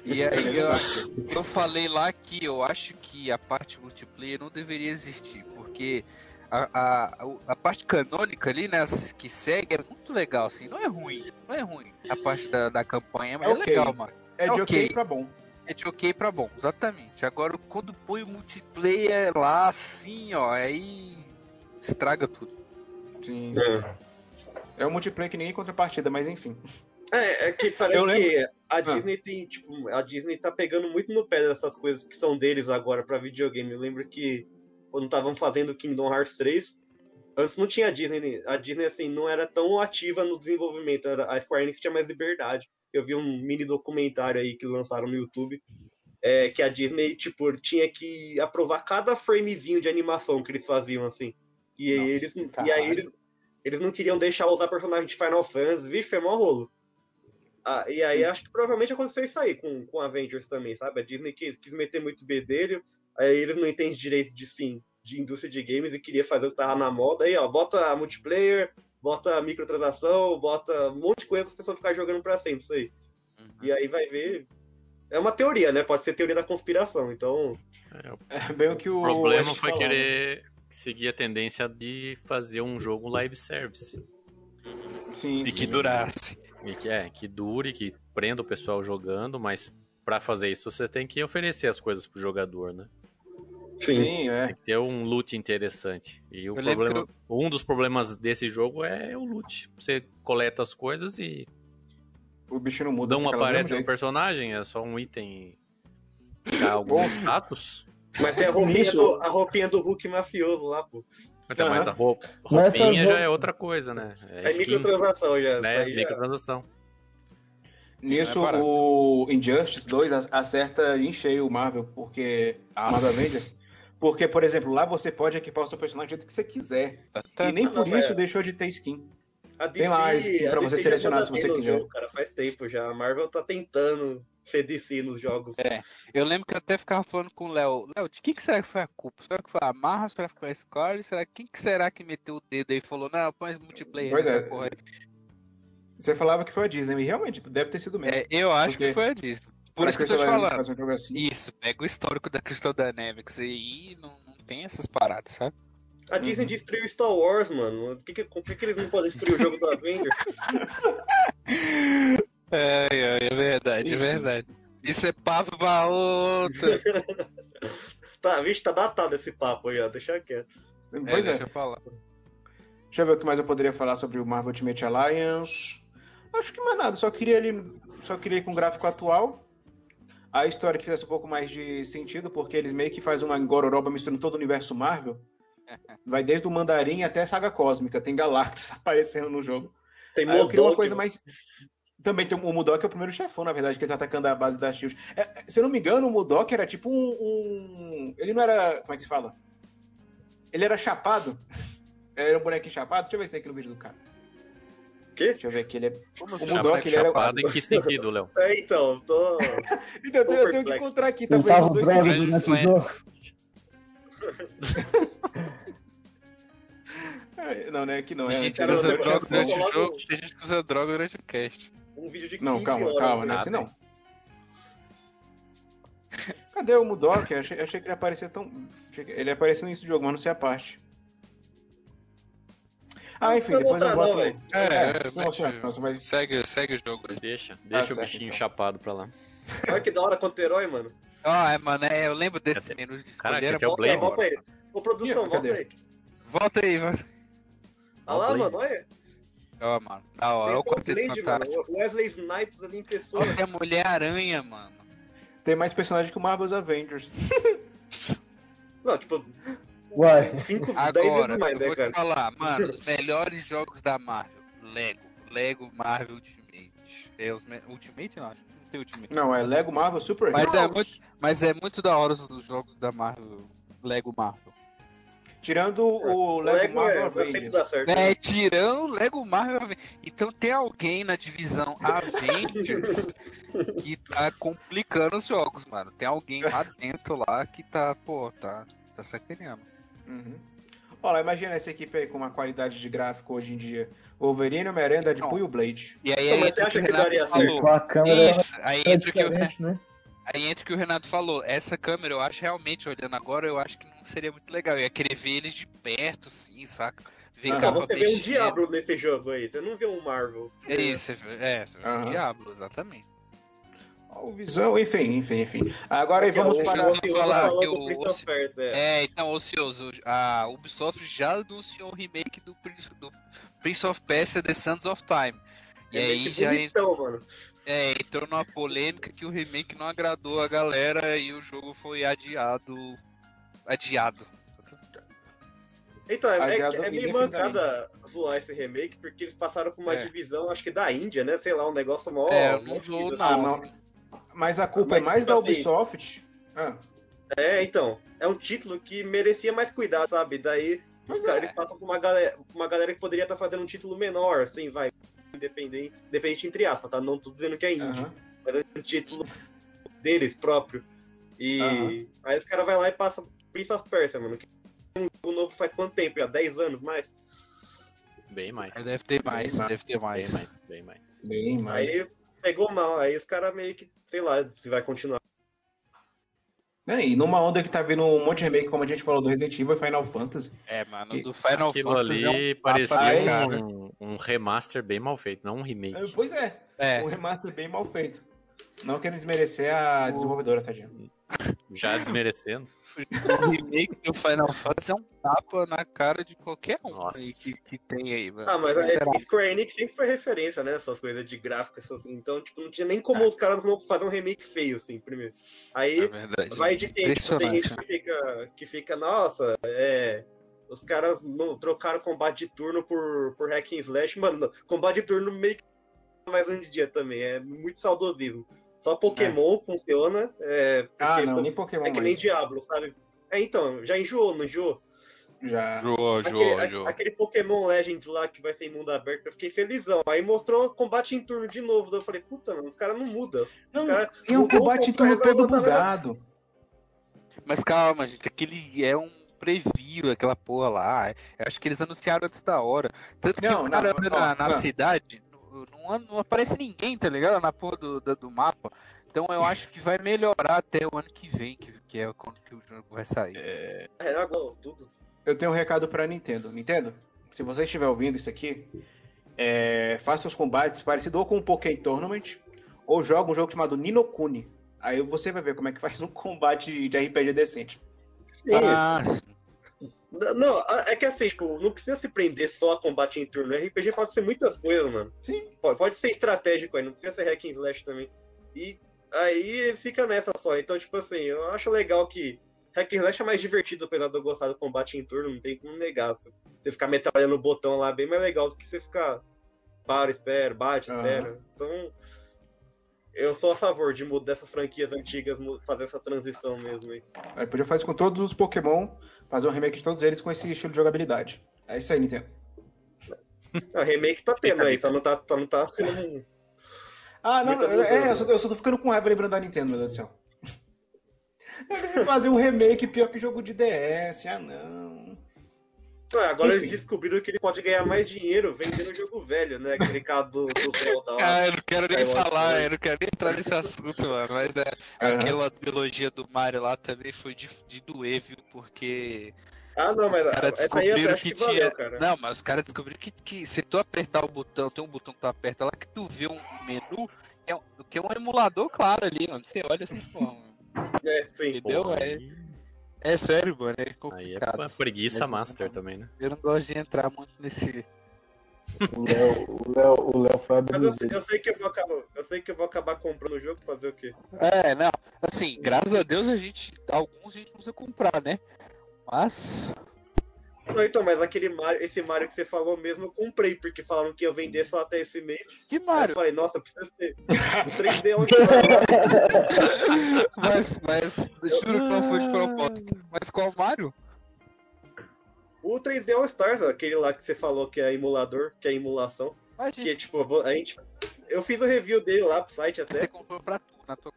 E: e aí eu, eu falei lá que eu acho que a parte multiplayer não deveria existir, porque a, a, o- a parte canônica ali, né, as que segue, é muito legal, assim, não é ruim, não é ruim. A parte da, da campanha, mas é,
B: Ok.
E: legal, mano.
B: É de ok,
E: Ok.
B: pra bom.
E: É de ok pra bom, exatamente. Agora, quando põe o multiplayer lá assim, ó, aí estraga tudo.
B: Sim, sim.
G: É.
B: É um multiplayer que ninguém contrapartida, mas enfim. <laughs>
G: É, é que parece
B: Eu lembro- Ah.
G: que a Disney tem, tipo, a Disney tá pegando muito no pé dessas coisas que são deles agora pra videogame. Eu lembro que quando estavam fazendo Kingdom Hearts 3, antes não tinha a Disney, a Disney assim não era tão ativa no desenvolvimento, era- a Square Enix tinha mais liberdade. Eu vi um mini documentário aí que lançaram no YouTube, é, que a Disney, tipo, tinha que aprovar cada framezinho de animação que eles faziam, assim. E,
B: Nossa,
G: eles, e aí
B: caralho.
G: eles, eles não queriam deixar usar personagem de Final Fantasy, vixe, é mó rolo. Ah, e aí acho que provavelmente aconteceu isso aí com, com Avengers também, sabe? A Disney quis, quis meter muito bedelho, aí eles não entendem direito de sim, de indústria de games e queria fazer o que tava na moda. Aí, ó, bota multiplayer, bota microtransação, bota um monte de coisa pra pessoa ficar jogando pra sempre isso aí.
B: Uhum.
G: E aí vai ver. É uma teoria, né? Pode ser teoria da conspiração, então.
D: É, o
B: É bem o que o.
D: problema
B: Ash
D: foi
B: falou,
D: querer seguir a tendência de fazer um jogo live service.
B: né? Sim,
E: E é que
B: sim.
E: durasse.
D: E que é, que dure, que prenda o pessoal jogando, mas pra fazer isso você tem que oferecer as coisas pro jogador, né?
B: Sim, é.
D: Tem que ter um loot interessante. E o
E: Eu lembro
D: problema, um dos problemas desse jogo é o loot. Você coleta as coisas e
B: O bicho não muda.
D: não
B: fica lá do
D: aparece
B: mesmo
D: no personagem, é só um item. Dá algum
B: Bom.
D: status?
G: Mas é a roupinha,
B: Nisso-
G: do, a roupinha do Hulk mafioso lá, pô.
D: Até
B: Aham.
D: mais a roupa.
F: Mas
D: Roupinha
F: essas
D: já
F: ro-
D: é outra coisa, né? É,
G: É
D: skin,
G: microtransação já. isso
D: né?
G: aí já-
D: Microtransação.
B: Nisso,
C: Não é barato.
B: o Injustice 2 a- acerta em cheio o Marvel, porque. A Marvel Avengers. Porque, por exemplo, lá você pode equipar o seu personagem do jeito que você quiser.
E: tá
B: E nem
G: Não,
B: por
G: mas-
B: isso deixou de ter skin.
G: A
B: Tem lá skin
G: a
B: pra você
G: DC já
B: selecionar
G: manda
B: se você
G: bem no
B: quiser.
G: Jogo, cara, faz tempo já. A Marvel tá tentando ser DC nos jogos.
B: É.
E: Eu lembro que eu até ficava falando com o Léo. Léo, de quem que será que foi a culpa? Será que foi a Marvel? Será que foi a Score? Será quem que será que meteu o dedo aí e falou, não, põe esse multiplayer
B: Pois
E: nessa
B: é.
E: porra aí?
B: Você falava que foi a Disney, e realmente deve ter sido mesmo.
E: É, eu acho
B: Porque-
E: que foi a Disney. Por
B: Pra
E: isso que eu tô
B: Crystal
E: te
B: Dynamics
E: falando.
B: fazer um jogo assim.
E: Isso, pega o histórico da Crystal Dynamics aí e não, não tem essas paradas, sabe?
G: A
B: Uhum.
G: Disney destruiu Star Wars, mano. Por que, que- por que, que eles não podem destruir o jogo
B: <laughs>
G: do Avengers?
E: É, é verdade, é verdade. Isso é papo pra outra.
G: Tá, vixe, tá datado esse papo aí, ó. Deixa quieto.
B: Pois é.
E: deixa eu falar.
B: Deixa eu ver o que mais eu poderia falar sobre o Marvel Ultimate Alliance. Acho que mais nada, só queria ele, só queria ir com o gráfico atual. A história que fizesse um pouco mais de sentido, porque eles meio que fazem uma gororoba misturando todo o universo Marvel.
E: <laughs>
B: Vai desde o Mandarim até a Saga Cósmica, tem galáxias <laughs> aparecendo no jogo.
G: Tem
B: Aí Ah, eu queria uma
G: Modok,
B: coisa mais. Também tem o Mudok, é o primeiro chefão, na verdade, que ele tá atacando a base da Shield. É, é, se eu não me engano, o Mudok era tipo um, um- Ele não era. Como é que se fala? Ele era chapado. <laughs> Era um bonequinho chapado. Deixa eu ver se tem aqui no vídeo do cara.
G: Quê?
B: Deixa eu ver aqui. Ele é...
E: Como
B: O
E: assim?
B: Mudok, ele era.
D: Chapado em que sentido, Léo?
G: É, então, tô.
B: Então, eu tenho- eu tenho que
G: perplexo.
B: encontrar aqui,
F: Ele
B: talvez.
F: tava
B: os dois
F: Então, breve né,
E: são
F: durante o
E: mais
F: jogo.
B: É, Não, né? Aqui não. É,
E: gente que
G: cara,
E: usa
G: eu-
E: droga durante
G: eu-
E: o jogo, tem gente que usa droga durante o cast.
G: Um vídeo de 15
B: Não, calma,
G: horas,
B: calma. Não é
G: né?
B: assim, não. Cadê o Mudok? Eu achei, eu achei que ele aparecia tão. achei que- Ele apareceu no início do jogo, mas não sei a parte. Ah, enfim,
G: Não vou
B: depois eu
G: mostrar,
B: boto.
G: não, velho.
E: É,
B: não vou mostrar, não, só vai-
E: Segue, segue o jogo aí.
D: Deixa,
B: Tá
D: deixa
B: certo,
D: o bichinho
B: então.
D: chapado pra lá.
B: né?
G: Olha que da hora quanto herói, mano.
E: Ah, é, mano, é, eu lembro desse menu de
D: Caraca,
E: escolher,
D: até o
E: volta aí,
D: Blade.
E: volta aí.
G: Ô, produção,
B: Ih,
G: volta
B: cadê?
G: aí.
E: Volta aí, vai.
G: Olha lá,
D: Blade.
G: mano, olha.
E: Ó, mano, da hora, olha o
G: Tem o
E: Quarteto
G: Blade, mano.
E: Fantástico.
G: O Wesley Snipes ali em pessoa.
E: tá? Olha a Mulher-Aranha, mano.
B: Tem mais personagem que o Marvel's Avengers.
G: Não, tipo,
F: Uai,
G: 5, 10
E: Agora,
G: vezes
E: eu
G: mais, né,
E: vou te
G: cara?
E: falar, mano, os melhores jogos da Marvel. Lego, Lego Marvel Ultimate. É os me- Ultimate não, acho que não tem Ultimate.
B: Não, é Lego Marvel Super
E: Mas
B: Heroes.
E: é muito- Mas é muito da hora os os jogos da Marvel, Lego Marvel.
B: Tirando o Lego, Marvel
G: é, sempre dá
B: Avengers.
G: certo.
E: É, tirando o Lego Marvel. Aven- Então tem alguém na divisão Avengers que tá complicando os jogos, mano. Tem alguém lá dentro lá que tá, pô, tá, tá sacaneando.
B: Uhum. Olha, imagina essa equipe aí com uma qualidade de gráfico hoje em dia. Wolverine, Homem-Aranha, Deadpool e o Blade.
E: E aí,
G: Então, mas
E: aí
G: você
E: entra o
G: acha que
E: Renato
G: daria
E: falou.
F: com a câmera
E: Isso, aí
F: é
E: entra o que o
F: diferente, né?
E: Aí entra o que o Renato falou, essa câmera, eu acho realmente, olhando agora, eu acho que não seria muito legal. Eu ia querer ver eles de perto, assim, saca? Ver
B: Ah,
G: Cara,
E: capa
G: você vê um
E: mexendo.
G: Diablo nesse jogo aí, você não vê um Marvel.
E: É isso, você vê- é, você vê um
B: Aham.
E: diabo, exatamente.
B: Ó, o visão, enfim, enfim, enfim. Agora aí
G: Que é
B: vamos
G: o-
E: deixa
B: para.
E: eu
G: o Fioza
E: falar
G: falou
E: que
G: do
E: o-
G: Prince
E: o-
G: of Persia, é.
E: É, então, ocioso, a Ubisoft já anunciou o remake do Prince, do Prince of Persia The Sands of Time. E
G: É meio
E: aí
G: que
E: já en-
G: bonitão, mano.
E: é, entrou numa polêmica que o remake não agradou a galera e o jogo foi adiado. Adiado.
G: Então, é, é,
B: Aliás,
G: é
B: eu
G: meio
B: iria
G: mancada zoar esse remake, porque eles passaram com uma
E: É.
G: divisão, acho que da Índia, né? Sei lá, um negócio mó.
E: É,
G: mó
E: eu não
G: difícil,
E: vou,
G: assim.
B: Ah, não. Mas a culpa
G: Mas,
B: é mais
G: tipo
B: da
G: assim-
B: Ubisoft. Ah,
G: É, então. É um título que merecia mais cuidado, sabe? Daí os
B: Mas é-
G: caras eles passam com uma galera, uma galera que poderia estar fazendo um título menor, assim, vai. Independente, independente entre aspas, tá? Não tô dizendo que é indie,
B: aham.
G: mas é um título deles próprio. E
B: Aham.
G: aí os caras vai lá e passa Prince of Persia, mano. Que é um jogo novo faz quanto tempo? Já 10 anos mais?
D: Bem mais.
E: Deve ter mais,
B: mais.
E: deve ter
D: Bem
E: mais.
D: mais, bem mais.
B: Bem mais.
G: Aí pegou mal, aí os caras meio que, sei lá, se vai continuar.
B: Né, e numa onda que tá vindo um monte de remake, como a gente falou, do Resident Evil e Final Fantasy.
E: É, mano,
B: E
E: do Final
D: Aquilo
E: Fantasy. é
D: ali parecia
B: aí,
D: um, um remaster bem mal feito, não um
B: Ah,
D: remake.
B: Pois é,
E: É,
B: um remaster bem mal feito. Não quero desmerecer a desenvolvedora, tadinha.
D: Já desmerecendo.
E: o remake do Final Fantasy é um tapa na cara de qualquer um
D: Nossa.
E: aí que, que tem aí, mano.
G: Ah, mas a
E: Sinceramente.
G: Square Enix sempre foi referência, né? Essas coisas de gráfico, essas... então, tipo, não tinha nem
B: Ah.
G: como os caras não fazer um remake feio, assim, primeiro.
E: É
G: Aí
E: verdade.
G: vai de quem? Tipo, tem
E: Impressionante.
B: né?
G: gente que fica, que fica nossa, é. Os caras não, trocaram combate de turno por, por hack and slash. Mano, não, combate de turno meio que mais hoje em dia também. É muito saudosismo. Só Pokémon funciona. É,
B: Ah,
G: porque
B: não,
G: po-
B: nem Pokémon
G: é que nem
B: mais.
G: Diablo, sabe? É, então, já enjoou, não enjoou?
B: Já.
E: João,
G: Aquele,
E: João,
G: a-
E: João.
G: aquele Pokémon Legends lá que vai ser em mundo aberto, eu fiquei felizão. Aí mostrou um combate em turno de novo. Daí eu falei, puta, mano, os caras não mudam. Os
B: Não,
G: cara
B: e um
G: mudou
B: combate
G: o controle,
B: tudo todo
G: agora tá
B: bugado.
E: Mas calma, gente, aquele é um preview, aquela porra lá. Eu acho que eles anunciaram antes da hora. Tanto que
B: Não,
E: o cara
B: não,
E: anda
B: ó,
E: na, na
B: ó.
E: cidade, não, não aparece ninguém, tá ligado? Na porra do, da- do mapa. Então eu acho que vai melhorar até o ano que vem, que, que é quando que o jogo vai sair.
G: É, agora tudo.
B: Eu tenho um recado pra Nintendo. Nintendo, se você estiver ouvindo isso aqui, é, faça os combates parecido ou com o Poké Tournament, ou joga um jogo chamado Ninokuni. Aí você vai ver como é que <laughs> faz um combate de RPG decente.
E: Ah,
G: N- Não, a- é que assim, tipo, não precisa se prender só a combate em turno. né? RPG pode ser muitas coisas, mano.
B: Sim.
G: Pode, pode ser estratégico aí, não precisa ser hack and slash também. E aí fica nessa só. Então, tipo assim, eu acho legal que hack and slash é mais divertido, apesar de eu gostar do combate em turno, não tem como negar. Se Você ficar metralhando o botão lá é bem mais legal do que você ficar para, espera, bate,
B: Aham.
G: espera. Então, eu sou a favor de mudar essas franquias antigas, mu- fazer essa transição mesmo aí.
B: Aí podia fazer com todos os Pokémon, fazer um remake de todos eles com esse estilo de jogabilidade. É isso aí, Nintendo.
G: A remake tá tendo aí, só não tá, só não tá sendo um-
B: Ah, não, não,
G: Nintendo
B: é, eu só, eu só tô ficando com raiva lembrando da Nintendo, meu Deus do céu. <laughs> fazer um remake pior que jogo de DS, ah não.
G: Ah, agora
B: Enfim.
G: eles descobriram que ele pode ganhar mais dinheiro vendendo jogo velho, né? Aquele cara do, do Zelda lá.
E: Ah, eu não quero nem
G: Aí eu acho
E: falar,
G: que-
E: eu não quero nem entrar nesse assunto, mano. Mas é, aquela trilogia do Mario lá também foi de, de doer, viu? Porque.
G: Ah, não, mas
E: os caras
G: essa aí eu
E: descobriram
G: acho que,
E: que
G: valeu,
E: tinha- né?
G: cara.
E: Não, mas os caras descobriram que, que se tu apertar o botão, tem um botão que tu aperta lá que tu vê um menu, que é um, que é um emulador claro ali, mano. Você olha assim, pô, mano,
G: É, sim.
E: entendeu?
D: Porra,
E: é,
D: aí-
E: é sério, mano, é
D: Aí é
E: complicado.
D: uma preguiça
E: Mas-
D: master também, né?
E: Eu não gosto de entrar muito nesse.
F: O Léo- o Léo- O Léo foi
G: Mas eu, sei-
F: abduzido.
G: eu sei que eu vou acabar, eu sei que eu vou acabar comprando o jogo, fazer o quê?
E: É, não. Assim, graças a Deus a gente. Alguns a gente precisa comprar, né? Mas.
G: Não, então, mas aquele Mario, esse Mario que você falou mesmo, eu comprei, porque falaram que ia vender só até esse mês.
E: Que
G: Aí
E: Mario?
G: Eu falei, nossa, precisa
E: <laughs>
G: ter 3D onde vai?
E: Mas, mas juro que não foi de propósito. Mas qual Mario?
G: O 3D All Stars, aquele lá que você falou que é emulador, que é emulação.
E: Imagina,
G: Que, tipo, eu vou- a gente. Eu fiz o review dele lá pro site até.
E: você comprou pra tu, na tua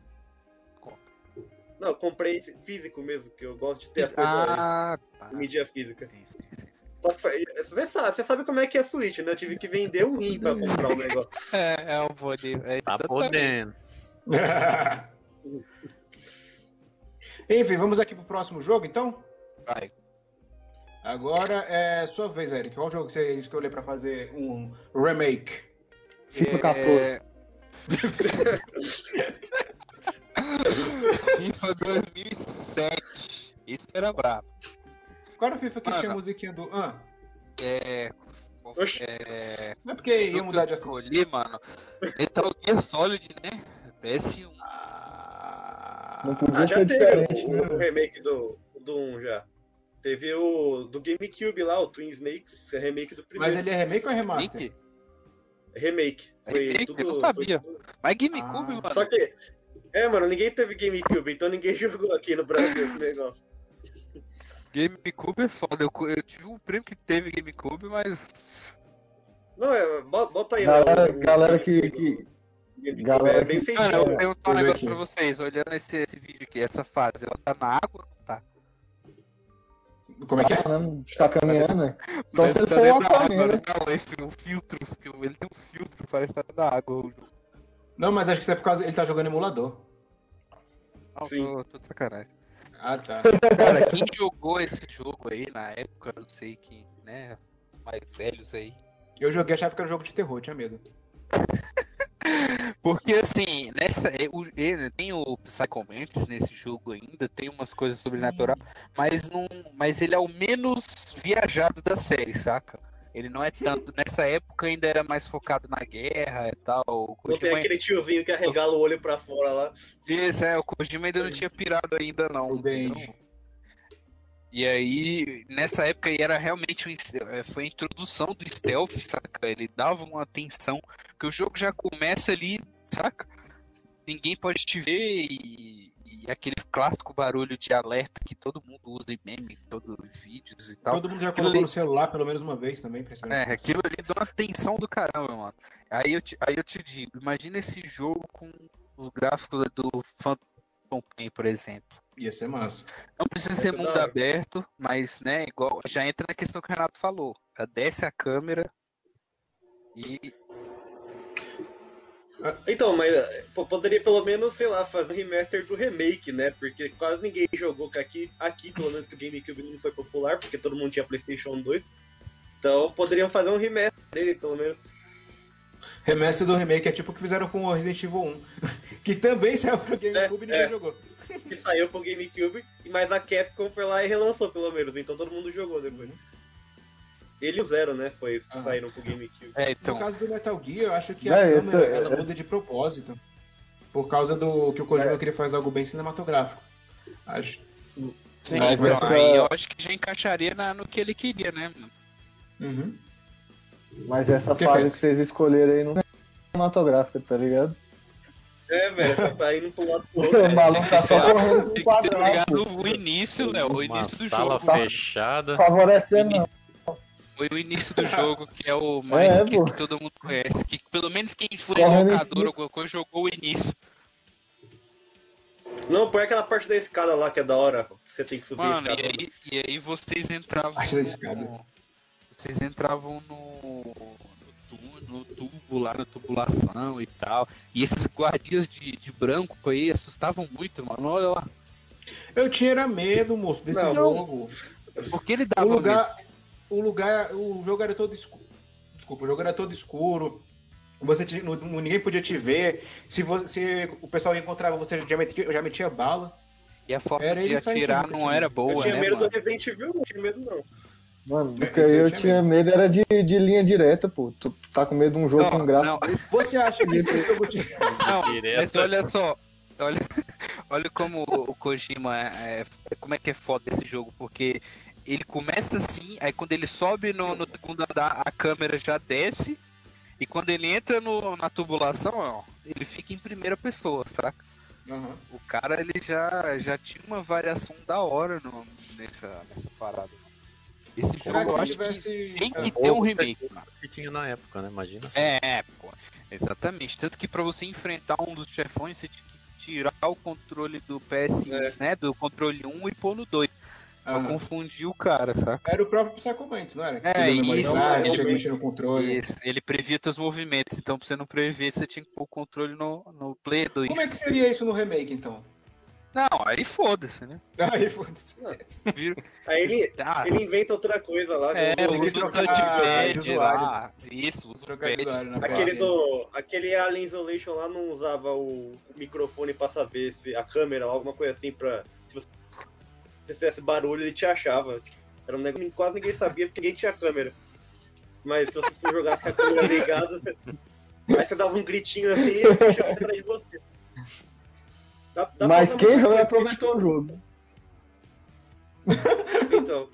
G: Não, eu comprei esse físico mesmo, que eu gosto de ter as coisas
E: Ah, tá.
G: em mídia física.
E: Sim, sim, sim, sim.
G: Só que foi- você, sabe, você sabe como é que é a Switch, né? Eu tive que vender um rim pra comprar o negócio.
E: É, é um bolinho. É
D: Tá podendo.
B: <laughs> Enfim, vamos aqui pro próximo jogo, então?
E: Vai.
B: Agora é sua vez, Eric. Qual jogo você escolheu pra fazer um
F: é,
B: remake?
F: FIFA
E: É,
F: 14.
E: FIFA 2007. Isso era brabo.
B: Qual era o FIFA que
E: Ah,
B: tinha a
E: não.
B: musiquinha do. Ah,
E: É.
G: Oxi.
E: É.
B: não é porque ia
E: jogo
B: mudar
E: que
B: de
E: eu
B: assunto.
E: escolhi, mano. Metal Gear Solid, né? PS1.
F: Não
G: Ah,
F: podia
G: já
E: é
F: ser
G: teve
F: diferente,
G: o, o
F: né?
G: remake do, do 1 já. Teve o do GameCube lá, o Twin Snakes, é remake do
B: Mas
G: primeiro.
B: ele é remake ou é remaster?
E: Link?
G: Remake. Foi
E: é Remake?
G: tudo.
E: Eu não sabia.
G: foi tudo-
E: Mas GameCube,
B: Ah,
E: mano.
G: Só que. É, mano, ninguém teve GameCube, então ninguém <laughs> jogou aqui no Brasil esse negócio.
E: GameCube é foda. Eu, co- eu tive um primo que teve GameCube, mas.
G: Não, é. bo- Bota aí
F: Galera,
G: lá. o- o
F: galera que,
G: GameCube
F: que.
G: do GameCube,
F: galera
G: é bem
F: que-
G: feitinho.
E: Cara, eu vou perguntar um
F: olha
E: negócio
F: aqui.
E: pra vocês. Olhando esse, esse vídeo aqui, essa fase, ela tá na água ou não tá?
B: Como é que é?
F: tá, né? Está caminhando, né? Então
E: Parece
F: se
E: que
F: ele
E: tá
F: foi o
E: dentro da
F: Aquaman,
E: água,
F: né?
E: Não, esse, o um filtro. porque Ele tem um filtro, parece que tá na água. o jogo.
B: Não, mas acho que isso é por causa. Ele tá jogando emulador.
E: Não,
G: Sim.
E: tô, tô de sacanagem.
B: Ah, tá.
E: Cara, quem jogou esse jogo aí na época, eu não sei quem, né? Os mais velhos aí.
B: Eu joguei, achava que era um jogo de terror, tinha medo.
E: Porque assim, nessa. é, o- é, Tem o Psychomantis nesse jogo ainda, tem umas coisas sobrenatural, mas não. Mas ele é o menos viajado da série, saca? Ele não é tanto. Nessa época ainda era mais focado na guerra e tal. O
G: Não tem
E: Kojima-
G: aquele tiozinho que arregala o olho pra fora lá.
E: Isso, é, o Kojima ainda não tinha pirado ainda, não.
B: O Benji.
E: entendeu? E aí, nessa época aí era realmente um, inst- eh, foi a introdução do stealth, saca? Ele dava uma atenção, que o jogo já começa ali, saca? Ninguém pode te ver e, e aquele clássico barulho de alerta que todo mundo usa em meme, todos os vídeos e tal.
B: Todo mundo já
E: Então, Aquilo
B: colocou
E: ali-
B: no celular pelo menos uma vez também, impressionante.
E: É, aquilo ali dá uma tensão do caramba, mano. Aí eu te, aí eu te digo, imagina esse jogo com os gráficos do Phantom Pain, por exemplo.
B: Ia ser massa.
E: Não precisa
G: Muito
E: ser
G: da
E: mundo
G: hora.
E: aberto, mas, né, igual, já entra na questão que o Renato falou. Já desce a câmera e...
G: Então, mas eh, pô, poderia pelo menos, sei lá, fazer um remaster do remake, né? Porque quase ninguém jogou que aqui, aqui pelo menos que o GameCube não foi popular, porque todo mundo tinha PlayStation 2. Então, poderiam fazer um remaster dele, pelo menos.
B: Remaster do remake é tipo o que fizeram com o Resident Evil 1, <laughs> que também saiu pro GameCube e ninguém
G: é.
B: jogou.
G: Que saiu pro GameCube, mas a Capcom foi lá e relançou, pelo menos. Então, todo mundo jogou depois. Ele e o Zero, né? Foi,
B: Aham.
G: saíram pro GameCube.
E: É,
B: No caso do Metal Gear, eu acho que a
F: Então. É,
B: câmera
F: esse- É.
B: ela muda de propósito. Por causa do que o Kojima queria fazer algo bem cinematográfico. Acho.
E: Sim,
F: Mas
E: então,
F: essa-
E: aí eu acho que já encaixaria na- no que ele queria, né, mano?
B: Uhum.
F: Mas essa
B: Que
F: fase
B: fez?
F: que vocês escolheram aí não é cinematográfica, tá ligado?
G: É, velho, tá indo pro lado do outro.
F: <laughs> O maluco tá só
E: Tem que
F: correndo
E: Tem
F: pro
E: que ter
F: quadrado. pô.
E: Tá ligado o início, Léo, o
D: Uma
E: início do
D: sala
E: jogo.
F: jogo.
D: fechada.
F: Favorecendo, não.
E: Foi o início do jogo que é o mais
F: <laughs> É,
E: que,
F: pô.
E: que todo mundo conhece. Que pelo menos quem foi
F: Correndo em
E: locador
F: cima.
E: alguma coisa jogou o início.
G: Não, põe aquela parte da escada lá que é da hora. pô, que Você tem que subir
E: Mano,
G: a
E: e
G: escada.
E: aí, e aí vocês entravam.
B: Acho é da escada.
E: No, vocês entravam no. No tu- no tubo lá na tubulação e tal. E esses guardias de, de branco aí assustavam muito, mano. Olha lá.
B: Eu tinha era medo, moço, desse
G: Não.
B: jogo.
E: Porque ele
B: O
E: dava medo.
B: lugar, o lugar, o jogo era todo escuro. Desculpa, o jogo era todo escuro. Você tinha- não- ninguém podia te ver. Se, você, se o pessoal encontrava você, já metia, já metia bala.
E: E a forma
B: Era
E: de
B: ele saindo,
E: atirar
B: eu
E: não
B: tinha-
E: era
G: Eu
E: boa,
G: tinha
E: né,
G: medo
E: mano?
G: do Resident Evil, não tinha medo não.
F: Mano,
B: Esse
F: porque
B: eu
F: eu
B: tinha
F: tinha medo era de, de linha direta, pô. Tu, tu tá com medo de um jogo
E: Não,
F: com gráfico.
E: não,
B: Você acha
F: <laughs>
B: que esse jogo tinha.
E: não, Mas
D: Direta.
E: olha só, olha, <laughs> olha como o Kojima é, é- como é que é foda esse jogo, porque ele começa assim, aí quando ele sobe no, no segundo andar, a câmera já desce, e quando ele entra no- na tubulação, ó, ele fica em primeira pessoa, saca?
B: Aham.
E: O cara ele já, já tinha uma variação da hora no- nessa, nessa parada. Esse
B: Será
E: jogo eu
B: é que se
E: acho que
B: tivesse.
E: tem que
B: Ah,
E: ter um remake, mano.
D: que tinha na época, né? Imagina só.
E: É, pô. Exatamente. Tanto que pra você enfrentar um dos chefões, você tinha que tirar o controle do PS1, né? Do controle 1 e pôr no 2. Pra
B: É. aham.
E: confundir o cara, saca?
B: Ah. Era o próprio Psychomantis, não era?
E: É,
B: Tudo
E: isso,
B: memorizado,
G: ele-
B: Tinha que mexer no controle.
E: Isso, ele previa teus movimentos, então
B: é
E: pra você não prever, você tinha que pôr o controle no, no Play 2.
B: Como é que seria isso no remake, então? <laughs>
E: Não, aí foda-se, né?
B: Aí foda-se.
E: Vira-
G: Aí ele,
E: Ah,
G: ele inventa outra coisa lá.
E: é,
G: né?
B: vou
E: usa o
B: trocar de
E: touchpad
B: usuário.
E: lá. Isso, usa o É
B: Trocar de
E: touchpad.
B: usuário né, na
G: Aquele
B: próxima.
G: do. Aquele Alien Isolation lá não usava o microfone pra saber se a câmera ou alguma coisa assim pra. Se você fizesse barulho, ele te achava. Era um negócio que quase ninguém sabia porque ninguém tinha câmera. Mas se você for jogar com a câmera ligada, você- aí você dava um gritinho assim e ele puxava atrás de você. Dá- dá pra um
F: Mas
G: fazer
F: quem
G: muita
F: jogou é
G: coisa,
F: aproveitou o jogo.
G: Então,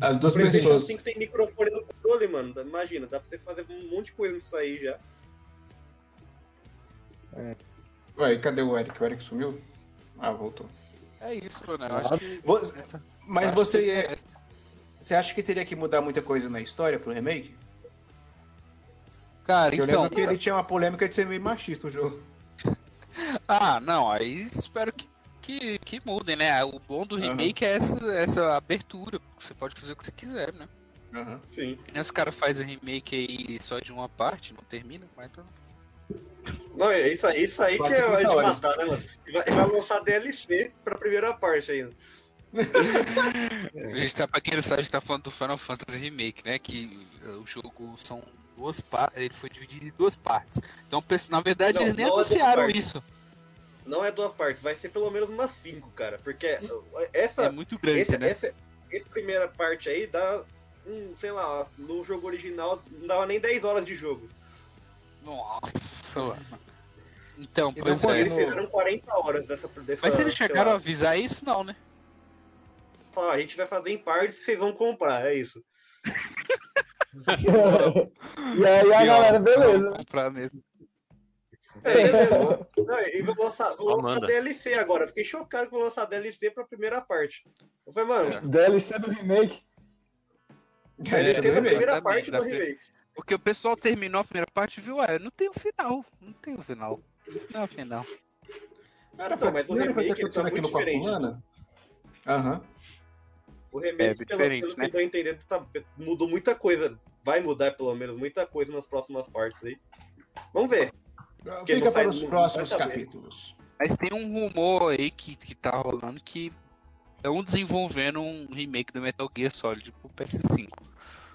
B: As
G: o
B: duas
G: PlayStation
B: pessoas.
G: 5 tem microfone no controle, mano. Imagina, dá pra você fazer um monte de coisa nisso aí já.
B: Ué, cadê o Eric? O Eric sumiu? Ah, voltou.
E: É isso, mano. Eu acho que.
B: Vo- Mas
E: acho
B: você,
E: que-
B: é- você acha que teria que mudar muita coisa na história pro remake?
E: Cara,
B: Porque eu
E: então.
B: lembro que ele tinha uma polêmica de ser meio machista o jogo.
E: Ah, não, aí espero que, que, que mudem, né? O bom do
B: Aham.
E: remake é essa, essa abertura. Você pode fazer o que você quiser, né?
B: <laughs>
G: Sim.
E: Que nem os caras fazem remake aí só de uma parte, não termina, mas tá-
G: Não, é isso aí, isso aí que é
B: 450
G: de
B: horas.
G: matar, né, mano? E Vai, vai lançar DLC pra primeira parte ainda.
E: A gente tá, pra quem não sabe, a gente tá falando do Final Fantasy Remake, né? Que eh, o jogo são duas partes. Ele foi dividido em duas partes. Então, perso- na verdade,
G: Não,
E: eles nem
G: não é duas
E: anunciaram
G: partes.
E: isso.
G: Não é duas partes, vai ser pelo menos umas cinco, cara. Porque essa,
E: É muito grande,
G: esse-
E: né?
G: essa, essa primeira parte aí dá, um, sei lá, no jogo original não dava nem 10 horas de jogo.
E: Nossa, mano. Então,
B: E não
E: pois
B: foi
E: é.
G: Eles fizeram 40 horas dessa... dessa
E: Mas se eles
G: sei lá,
E: chegaram a avisar isso, não, né?
G: falar, a gente vai fazer em partes, vocês vão comprar, é isso.
F: e aí a galera, beleza.
E: Vamos comprar mesmo.
G: É,
F: É,
G: beleza.
F: só-
G: Não, e vou lançar, vou
D: Só
G: lançar
D: manda.
G: DLC agora. Eu Fiquei chocado que vou lançar DLC pra primeira parte. Eu falei,
E: É.
G: mano,
F: DLC do remake.
B: Esse
G: DLC
B: é
G: da
B: o remake.
G: primeira
E: exatamente,
G: parte
E: da
G: do
E: primeira-
G: remake.
E: Porque o pessoal terminou a primeira parte e viu, é, não tem o final. Não tem o final. Isso não é o final.
B: Não Era pra,
G: Não, mas o
B: não era pra ter
G: remake, ele tá
B: acontecido aquilo
G: muito
B: com a
G: diferente.
B: fulana? Aham.
G: O
E: É,
G: remake, pelo,
E: diferente,
G: pelo
E: né?
G: que tô entendendo, tá- mudou muita coisa. Vai mudar, pelo menos, muita coisa nas próximas partes aí. Vamos ver. Porque
B: Fica
G: não
B: para
G: faz-
B: os
G: não
B: próximos
G: vai saber.
B: capítulos.
E: Mas tem um rumor aí que, que tá rolando que estão desenvolvendo um remake do Metal Gear Solid pro PS5.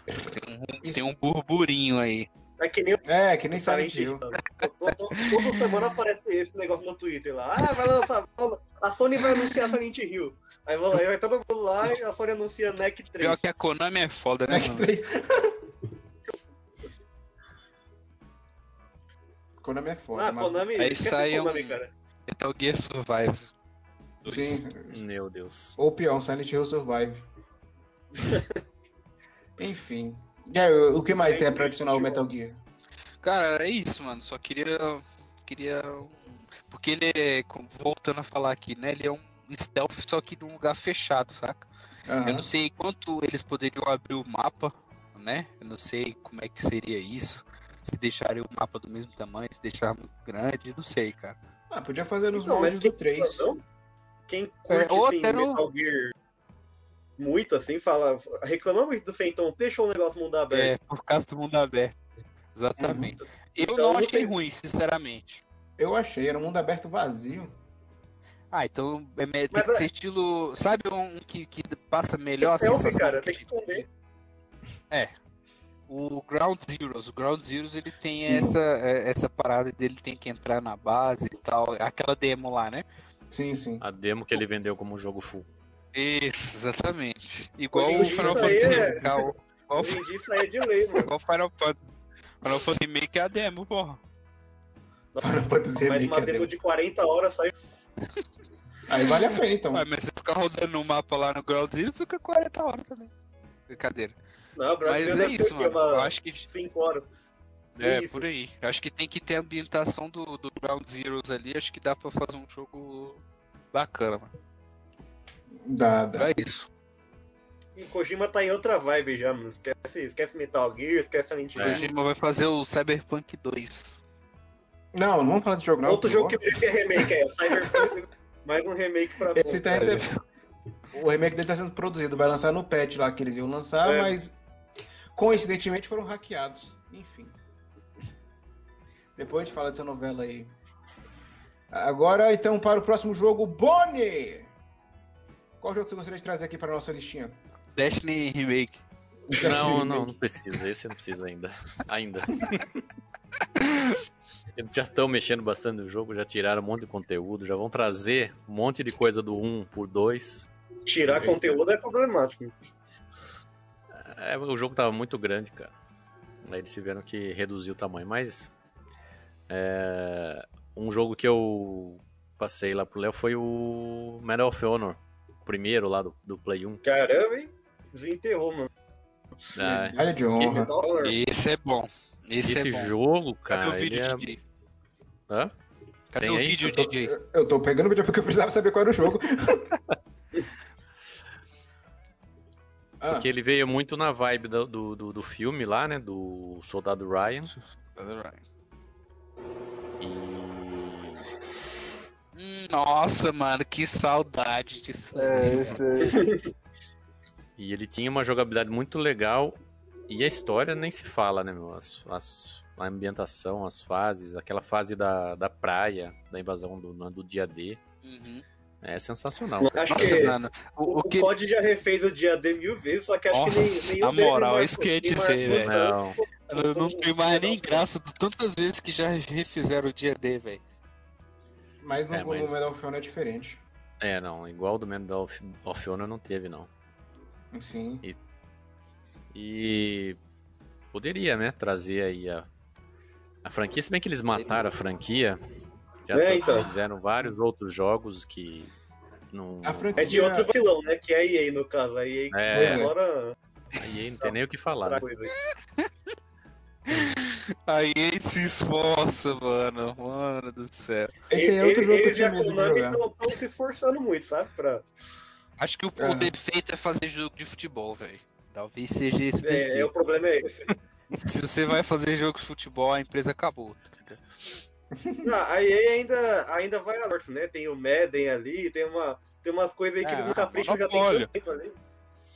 E: Tem um, tem um burburinho aí.
G: É que nem o
B: É, que nem
G: Silent
B: Silent
G: Hill.
B: Hill.
G: mano. Tô- tô- tô- Toda semana aparece esse negócio no Twitter lá. Ah, vai lançar. A Sony vai anunciar Silent Hill. Aí vai lá, aí vai todo mundo lá e a Sony anuncia NEC 3.
E: Pior que a Konami é foda, né,
B: Mac <laughs>
E: mano?
B: 3. Konami é foda.
G: Ah,
B: mas-
G: Konami.
E: Aí
G: esquece
E: sai
G: Konami,
E: um-
G: cara.
E: Metal Gear Survive.
B: Sim.
D: Meu Deus.
B: Ou pior, um Silent Hill
G: <laughs>
B: Survive. Enfim. E aí, o que mais tem pra adicionar o Metal Gear?
E: Cara, é isso, mano. Só queria. Queria. um- Porque ele é. como- Voltando a falar aqui, né? Ele é um stealth, só que num lugar fechado, saca? Eu
G: Ah.
B: Aham.
E: não sei quanto eles poderiam abrir o mapa, né? Eu não sei como é que seria isso. Se deixarem o mapa do mesmo tamanho, se deixar muito grande, não sei, cara.
B: Ah, podia fazer nos
G: Então, mas
B: moldes do
G: quem-
B: 3.
G: Não? Quem
E: É,
G: curte
E: ou
G: assim,
E: até no-
G: Metal Gear muito assim, fala. Reclama muito do Fenton, deixa o negócio mundo aberto.
E: É, por causa do mundo aberto. Exatamente. Eu
G: Então,
E: não
G: não
E: achei
G: tem-
E: ruim, sinceramente.
B: Eu achei, era um mundo aberto vazio.
E: Ah, então é, me- tem
G: Mas
E: que
G: é-
E: ser estilo. Sabe um que, que passa melhor a
G: Stealth,
E: sensação
G: cara,
E: que É.
G: tem que esconder.
E: o Ground Zeroes. O Ground Zeroes ele tem
B: Sim.
E: essa, é, essa parada dele tem que entrar na base e tal. Aquela demo lá, né?
B: Sim, sim.
G: Ah.
B: <laughs>
D: A demo que ele vendeu como jogo full.
E: Isso, exatamente. Igual o
G: Hoje em
E: Final
G: dia isso
E: Fantasy.
G: aí é-
E: Igual, igual,
G: Hoje em dia isso aí é de lei,
B: <laughs>
G: mano.
E: igual Final Fantasy. Final Fantasy Remake é a demo, porra.
B: Final Fantasy
G: Mas
B: Remake.
G: uma
B: é
G: demo
B: demo.
G: de 40 horas sai.
B: Aí vale a pena, então.
E: Ué, mas você ficar rodando um mapa lá no Ground Zero fica 40 horas também. Brincadeira.
G: Não, o Brasil
E: Mas é
G: deve ter
E: isso,
G: o quê?
E: mano. Eu
G: Uma
E: acho que
G: 5 horas.
E: É,
G: Isso.
E: por aí. Eu acho que tem que ter a ambientação do, do Ground Zeroes ali. Acho que dá pra fazer um jogo bacana, mano.
B: Dá, dá.
E: É isso.
G: E Kojima tá em outra vibe já, mano. Esquece, esquece Metal Gear, esquece a
E: O
D: É.
B: É.
G: Nintendo.
E: Kojima vai fazer o Cyberpunk 2.
B: Não, não vamos falar de jogo, não.
G: Outro
B: por
G: jogo que
B: favor.
G: merecia remake é Cyberpunk. <laughs> Mais um remake pra
B: Esse
G: bom,
B: tá
G: cara.
B: recebendo. O remake dele tá sendo produzido. Vai lançar no patch lá que eles iam lançar,
G: É.
B: mas coincidentemente foram hackeados. Enfim. Depois a gente fala dessa novela aí. Agora, então, para o próximo jogo, Bonnie! Qual jogo você gostaria de trazer aqui para a nossa listinha?
E: Destiny Remake.
D: Não, não, não precisa. Esse não precisa ainda. Ainda. <laughs> Eles já estão mexendo bastante no jogo, já tiraram um monte de conteúdo, já vão trazer um monte de coisa do 1 por 2.
G: Tirar conteúdo é problemático.
D: É, o jogo tava muito grande, cara. Aí eles tiveram que reduzir o tamanho, mas. é, um jogo que eu passei lá pro Léo foi o Medal of Honor, o primeiro lá do, do Play 1.
G: Caramba, hein? Desenterrou, mano.
D: Ah,
B: Olha de honra.
G: Dólar.
E: Esse é bom. É, Esse,
D: esse
E: é bom.
D: jogo, cara.
E: Cadê o vídeo,
D: ele é-
E: DJ?
D: Hã?
E: Cadê
D: Tem
E: o
D: aí?
E: vídeo,
D: Eu tô-
E: DJ?
B: Eu- Eu tô pegando o vídeo porque eu precisava saber qual era o jogo. Ah,
D: Porque ele veio muito na vibe do, do, do- do filme lá, né? Do Soldado Ryan. E.
E: Hum, Nossa, mano, que saudade disso.
F: É, esse,
D: E ele tinha uma jogabilidade muito legal. E a história nem se fala, né, meu? As, as- a ambientação, as fases, aquela fase da, da praia, da invasão do, do dia D.
E: Uhum.
D: É sensacional. cara.
G: Acho
E: Nossa,
G: que
E: mano. O,
G: o,
E: o que...
G: COD já refez o dia D mil vezes, só que acho
E: Nossa,
G: que nem, nem
E: a
G: o dele
E: moral,
G: marcou-
E: isso que eu ia
G: nem
E: dizer,
G: marcou
E: velho.
G: tanto.
D: Não,
E: Mano, não tem mais nem graça de tantas vezes que já refizeram o dia D, velho.
B: mas no,
D: É, mas-
B: no Medal of Honor é diferente.
D: é, não. Igual do Medal of, of Honor não teve, não.
B: Sim.
D: E poderia, né, trazer aí a, a franquia, se bem que eles mataram a franquia, já
G: É,
D: t-
G: então.
D: fizeram vários outros jogos que não
B: A franquia
G: É de outro vilão, né? Que é a EA, no caso. A EA
D: É.
G: é. agora
D: aí não tem nem o que falar. né?
G: outra coisa.
E: Aí ele se esforça, mano. Mano do céu.
B: Esse aí é outro
G: Eles-
B: jogo que eu
G: eles e
B: tinha
G: a
B: medo de
G: Konami
B: jogar.
G: estão se esforçando muito, sabe? Pra...
E: Acho que o, o
B: Aham.
E: defeito é fazer jogo de futebol, velho. Talvez seja isso
G: É, é, o
E: defeito.
G: problema é
B: <laughs>
G: esse.
E: Se você vai fazer jogo de futebol, a empresa acabou.
G: Ah, a EA ainda, ainda vai à norte, né? Tem o Madden ali, tem, uma, tem umas coisas aí que
E: É,
G: eles não capricham já tem
E: monopólio.
G: tanto tempo ali.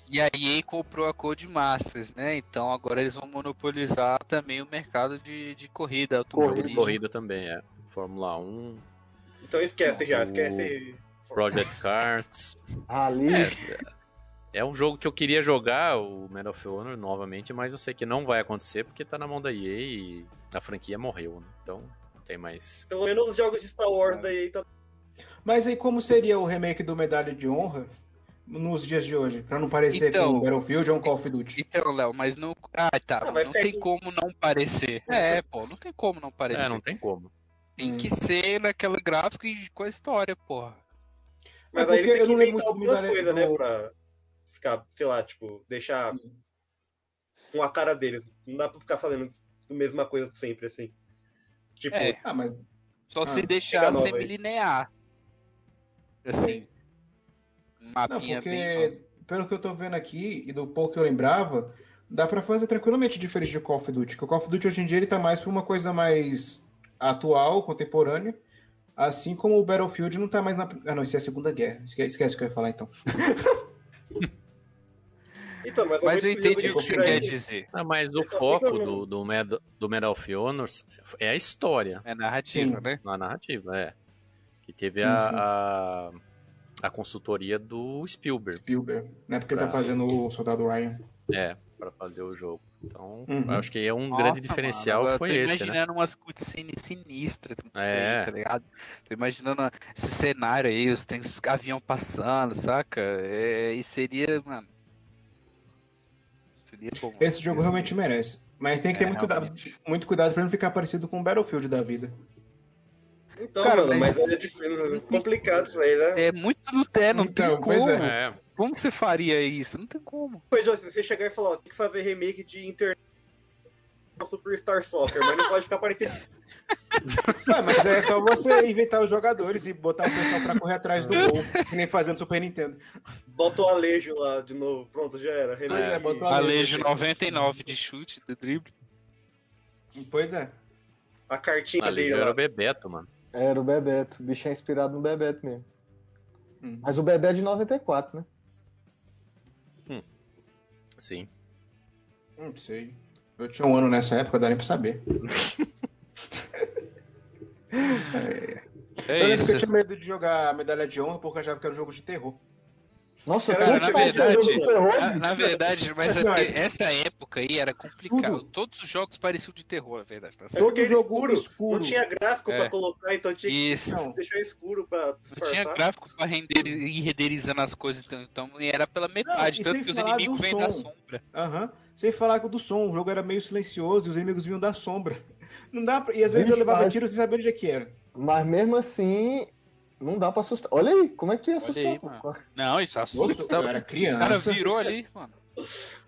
E: E a EA comprou a Codemasters, né? Então agora eles vão monopolizar também o mercado de, de corrida,
D: Jogo de
E: automobilismo.
D: corrida também, é. Fórmula 1,
G: Então esquece já,
D: O-
G: esquece.
D: Project Cars.
F: ali,
D: É um jogo que eu queria jogar, o Medal of Honor, novamente, mas eu sei que não vai acontecer porque tá na mão da EA e a franquia morreu, né? Então não tem mais.
G: Pelo menos os jogos de Star Wars da EA tá.
B: Mas aí como seria o remake do Medalha de Honra nos dias de hoje? Pra não parecer
E: Então-
B: com um Battlefield ou um Call of Duty.
E: Então, Léo, mas não. Ah, tá.
G: Ah, mas
E: não
G: tem
E: tem
G: que-
E: como não parecer. É, pô, não tem como não parecer.
D: É, não tem como.
E: Tem
B: Hum.
E: que ser naquela gráfica e com a história, porra.
G: Mas
B: É
G: aí
B: porque
G: ele
B: eu
G: tem que
B: não lembro
G: inventar
B: muito do
G: algumas
B: Medalha-
G: coisas, né?
B: do-
G: Pra ficar, sei lá, tipo, deixar
B: Hum.
G: com a cara deles. Não dá pra ficar fazendo a mesma coisa sempre, assim. Tipo,
E: É.
B: Ah, mas...
E: Só
B: Ah,
E: se
G: chega
E: deixar
G: nova aí.
E: semilinear. Assim, um
B: Não,
E: mapinha bem.
B: porque pelo que eu tô vendo aqui e do pouco que eu lembrava, dá pra fazer tranquilamente diferente de Call of Duty. Porque o Call of Duty hoje em dia ele tá mais pra uma coisa mais atual, contemporânea. Assim como o Battlefield não tá mais na. Ah, não, isso é a Segunda Guerra. Esquece, esquece o que eu ia falar então.
G: então, mas,
E: Mas eu
G: muito jogo
E: entendi
G: de
E: o que você
G: tiro aí-
E: quer dizer.
D: Ah, mas o
G: Eu só sei
D: foco
G: que eu não-
D: do, do, Medal, do Medal of Honor é a história.
E: É narrativa,
B: Sim.
E: né?
D: Na narrativa, é. Que teve
B: Sim,
D: a,
B: sim.
D: A, a consultoria do Spielberg,
B: Spielberg, né? Porque ele tá
D: Tá.
B: fazendo o Soldado Ryan.
D: é, pra fazer o jogo. Então,
B: Uhum.
D: eu acho que é um
E: Nossa,
D: grande
E: mano,
D: diferencial
E: agora eu
D: foi
E: tô
D: esse, né?
E: imaginando umas cutscenes sinistras, não sei,
D: É.
E: tá ligado? Tô imaginando esse cenário aí, os trens, avião passando, saca? É, e seria, mano... Seria bom. né? mano.
B: Esse jogo realmente merece. Mas tem que ter
E: É,
B: muito, cuidado,
E: realmente.
B: muito cuidado pra não ficar parecido com o Battlefield da vida.
G: Então,
E: Cara,
G: mano, mas,
E: mas-
G: é difícil, é complicado isso aí, né?
E: É muito no té, não
B: Então,
E: tem
B: pois
E: como.
D: É,
E: Como que você faria isso? Não tem como.
G: Depois, Jô, se você chegar e falar, ó, tem que fazer remake de Inter Superstar Soccer, mas não pode ficar parecendo. <laughs>
B: Ah, mas é só você inventar os jogadores e botar o pessoal pra correr atrás do gol, que nem fazendo Super Nintendo.
G: Bota o Alejo lá de novo, pronto, já era. Remake.
B: Pois é, bota o
E: Alejo 99 de chute, de drible.
B: Pois é.
G: A cartinha
D: ali
G: dele
D: já era
G: lá.
D: o Bebeto, mano.
F: era o Bebeto. O bicho é inspirado no Bebeto mesmo.
B: Hum.
F: Mas o Bebeto é de 94, né?
D: Sim.
B: Não sei. Eu tinha um ano nessa época, dá nem pra saber. É.
E: É
B: eu lembro
E: isso.
B: que eu tinha medo de jogar Medalha de Honra porque eu achava que era um jogo de terror.
F: Nossa,
B: Cara,
F: cara,
E: na
F: que pariu,
E: verdade-
F: jogo de terror,
E: Na, na verdade, mas é
B: Não,
E: porque
B: é-
E: essa época aí era complicado.
B: Tudo.
E: Todos os jogos pareciam de terror, na verdade. Tá certo?
B: Todo
G: porque era
B: jogo
G: escuro,
B: escuro.
G: Não tinha gráfico
E: É.
G: pra colocar, então tinha que
E: Isso.
B: Não.
G: deixar escuro pra
E: Não tinha
G: disfarçar.
E: gráfico pra render e renderizando as coisas, então, então e era pela metade,
B: e
E: tanto
B: sem
E: que os
B: falar do
E: inimigos vêm da
B: som.
E: sombra.
B: Aham. Sem falar que o do som, o jogo era meio silencioso e os inimigos vinham da sombra. <laughs> Não dá pra... E às vezes eu
F: Vixe,
B: levava
F: mas-
B: tiro sem saber onde é que era.
F: Mas mesmo assim, não dá pra assustar. Olha aí, como é que tu ia assustar?
E: aí,
F: pô?
E: mano. Não, isso é assusta.
B: Nossa, eu era
E: o cara
B: criança.
E: virou ali, mano.
B: Eu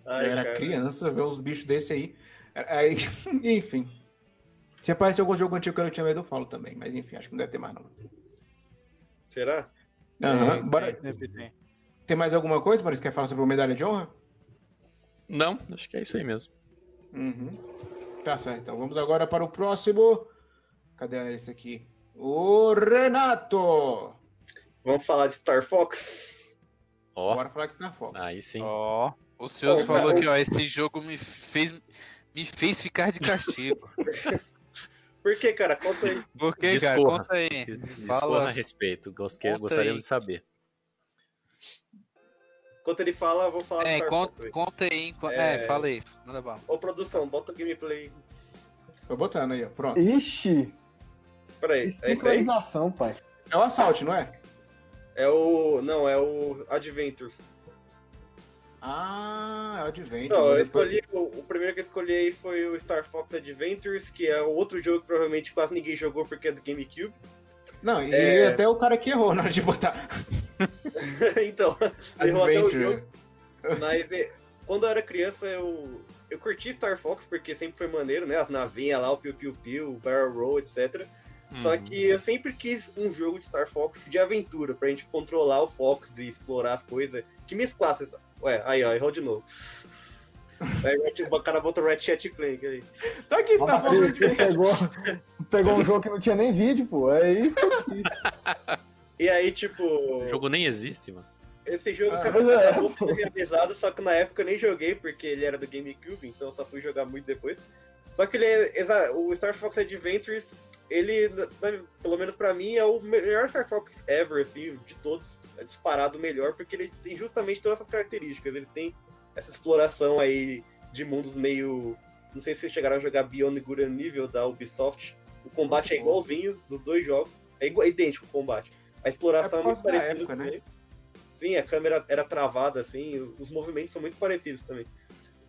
G: Ai,
B: era
G: cara.
B: criança, ver uns bichos desse aí. Aí, <laughs> enfim. Se aparecer algum jogo antigo que eu não tinha medo, eu falo também. Mas enfim, acho que não deve ter mais, não.
G: Será?
B: Aham.
G: é.
B: Bora...
E: Tem, tem, tem.
B: Tem mais alguma coisa, Boris? Quer falar sobre o Medalha de Honra?
D: Não, acho que é isso aí mesmo.
B: Uhum. Tá certo. Então vamos agora para o próximo. Cadê esse aqui? O Renato!
G: Vamos falar de Star Fox?
D: Ó,
B: Bora falar de Star Fox.
D: aí sim.
E: Ó, o Seus
G: Ó,
E: falou
G: cara,
E: que ó, esse jogo me fez me fez ficar de
G: <laughs>
E: castigo.
G: Por que, cara? Conta aí.
E: Por quê, cara?
D: Discorra.
E: Conta aí.
D: Discorra a
E: Fala.
D: respeito, gostei-
E: Conta
D: gostaríamos
E: aí.
D: de saber.
G: Enquanto ele fala, eu vou falar do
E: É,
G: Star Fox.
E: conta,
G: aí.
E: conta aí. enqu-
G: É.
E: É, fala aí. Manda bala.
G: Ô, produção, bota o gameplay.
B: Tô botando aí, ó. Pronto.
F: Ixi,
G: Pera aí. É isso aí?
F: sincronização, pai.
B: É o assalto, não é?
G: É o... Não, é o Adventures.
B: Ah, é o Adventure.
G: Não, eu
B: Depois-
G: escolhi... O, o primeiro que eu escolhi aí foi o Star Fox Adventures, que é outro jogo que provavelmente quase ninguém jogou porque é do GameCube. <laughs>
B: Não, e
G: É.
B: até o cara que errou na hora de botar
G: então, <laughs> errou até o jogo.
B: Adventure.
G: Mas é, quando eu era criança, eu, eu curti Star Fox porque sempre foi maneiro, né? As navinhas lá, o Piu Piu Piu, o Barrel Roll, etc. Só
D: Uhum.
G: que eu sempre quis um jogo de Star Fox de aventura, pra gente controlar o Fox e explorar as coisas. Que mesclasse essa. Ué, aí ó, errou de
D: <laughs>
G: novo. Aí o cara botou Ratchet Clank aí.
B: Tá aqui, Star
F: Mas
B: Fox
F: tu,
G: <laughs>
F: tu
B: Adventure.
F: pegou, tu pegou um jogo que não tinha nem vídeo, pô. É isso.
G: E aí, tipo,
D: O jogo nem existe, mano.
G: esse jogo
B: Ah,
G: acabou,
F: é.
G: acabou sendo realizado, só que na época eu nem joguei, porque ele era do GameCube, então eu só fui jogar muito depois. Só que ele é, exa- o Star Fox Adventures, ele, na- na- pelo menos pra mim, é o melhor Star Fox ever, assim, de todos, é disparado o melhor, porque ele tem justamente todas essas características. Ele tem essa exploração aí de mundos meio. Não sei se vocês chegaram a jogar Beyond Good and Evil da Ubisoft. O combate é igualzinho dos dois jogos. É, igual, é idêntico o combate. A exploração
B: É
G: é,
B: por
G: muito
B: causa da
G: parecida.
B: época, né?
G: também. Sim, a câmera era travada, assim, os movimentos são muito parecidos também.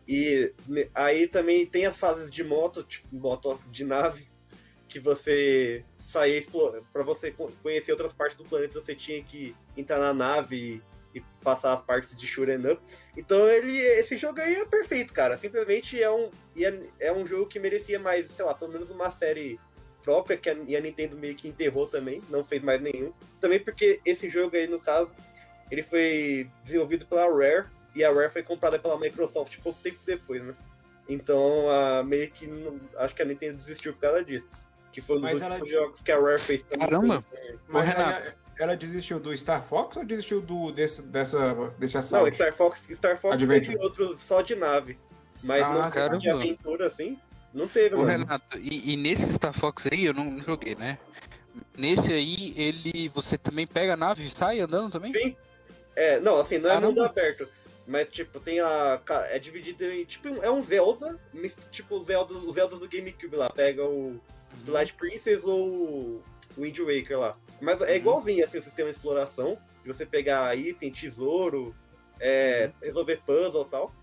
G: E ne- aí também tem as fases de moto, tipo, moto de nave, que você saía explorando. Pra você co- conhecer outras partes do planeta, você tinha que entrar na nave e, e passar as partes de Shuren Up. Então ele, esse jogo aí é perfeito, cara. Simplesmente é um, e é, é um jogo que merecia mais, sei lá, pelo menos uma série própria, que a, e a Nintendo meio que enterrou também, não fez mais nenhum. Também porque esse jogo aí, no caso, ele foi desenvolvido pela Rare, e a Rare foi comprada pela Microsoft pouco tempo depois, né? Então, a, meio que, não- acho que a Nintendo desistiu por causa disso. Que foi um dos
B: Mas ela-
G: últimos jogos que a Rare fez. também.
E: Caramba.
B: Mas
E: Ô, Renato.
B: aí, é, ela desistiu do Star Fox ou desistiu do, desse, dessa, desse
G: Não,
B: assalto?
G: Star Fox, Star Fox
B: Adventure.
G: teve outros só de nave. Mas
B: Ah,
G: não teve de
E: caramba.
G: aventura, assim. Não teve,
E: Ô,
G: mano.
E: Renato, e, e nesse Star Fox aí, eu não joguei, né? Nesse aí, ele. Você também pega a nave e sai andando também?
G: Sim. É, não, assim, não é
E: Caramba.
G: mundo aberto. Mas, tipo, tem a. ca- É dividido em. Tipo, é um Zelda. mis- Tipo, o Zelda, os Zeldas do GameCube lá. Pega o
E: Uhum.
G: The Light Princess ou o Wind Waker lá. Mas
E: Uhum.
G: é igualzinho, assim, o sistema de exploração. De você pegar item, tesouro,
E: Uhum.
G: é, resolver puzzle e tal.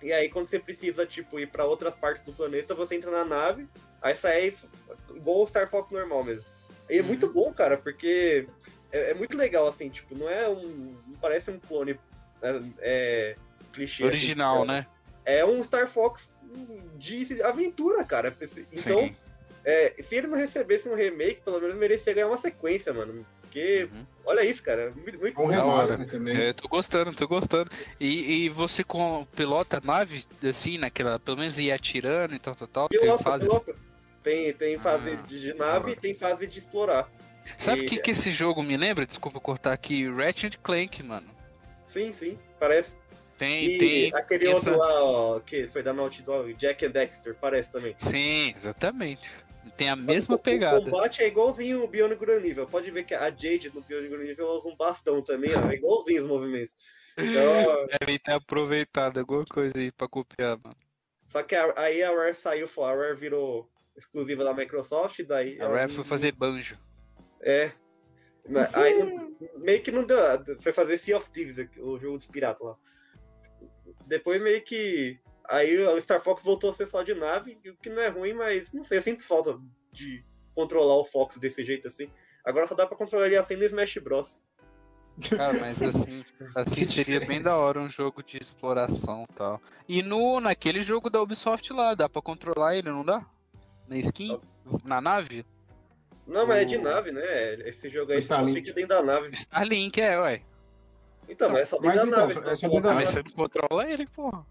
G: E aí, quando você precisa, tipo, ir pra outras partes do planeta, você entra na nave. Aí sai f- igual o Star Fox normal mesmo. E é
E: Uhum.
G: muito bom, cara, porque é, é muito legal, assim, tipo, não é um. Não parece um clone é, é, clichê. assim,
E: Original,
G: tipo,
E: né?
G: É um Star Fox de aventura, cara. Então,
E: Sim.
G: é, se ele não recebesse um remake, pelo menos merecia ganhar uma sequência, mano. Porque,
E: Uhum.
G: olha isso, cara. Muito, muito
B: Um
G: bom.
B: remaster também.
E: É, eu tô gostando, tô gostando. E, e você com, pilota a nave, assim, naquela. Pelo menos ia atirando e tal, tal, tal. tem
G: Pilota,
E: fases.
G: pilota. Tem, tem fase
E: Ah,
G: de de nave e tem fase de explorar.
E: Sabe o que,
G: E-
E: que esse jogo me lembra? Desculpa cortar aqui. Ratchet Clank, mano.
G: Sim, sim, parece.
E: Tem,
G: E
E: tem.
G: aquele
E: essa-
G: outro lá, ó, que foi da Naughty Dog, Jack and Dexter, parece também.
E: Sim, exatamente. Tem a mesma
G: O-
E: pegada.
G: O combate é igualzinho o Bionic Grand Nível. Pode ver que a Jade no Bionic Grand Nível ela usa um bastão também, ó. É igualzinho os movimentos.
E: <laughs>
G: Então,
E: Devem ter aproveitado alguma coisa aí pra copiar, mano.
G: só que a- aí a Rare saiu fora. A Rare virou exclusiva da Microsoft, daí.
E: A Rare foi fazer banjo.
G: É. Mas aí não- meio que não deu. Foi fazer Sea of Thieves, o jogo dos piratas lá. Depois meio que. Aí o Star Fox voltou a ser só de nave, o que não é ruim, mas não sei, eu sinto falta de controlar o Fox desse jeito assim. Agora só dá pra controlar ele assim no Smash Bros.
E: Cara, mas assim, assim seria bem da hora um jogo de exploração e tal. E no, naquele jogo da Ubisoft lá, dá pra controlar ele, não dá? Na skin? Na nave?
G: Não, mas é de
E: O-
G: nave, né? Esse jogo aí só
B: Starlink.
G: fica dentro da nave.
E: Starlink, é, ué.
G: Então, mas é só dentro
B: Mas
G: da
B: então,
G: nave.
B: é só
G: não
B: dentro da
E: Ah,
G: controla-
E: mas você não controla ele, porra.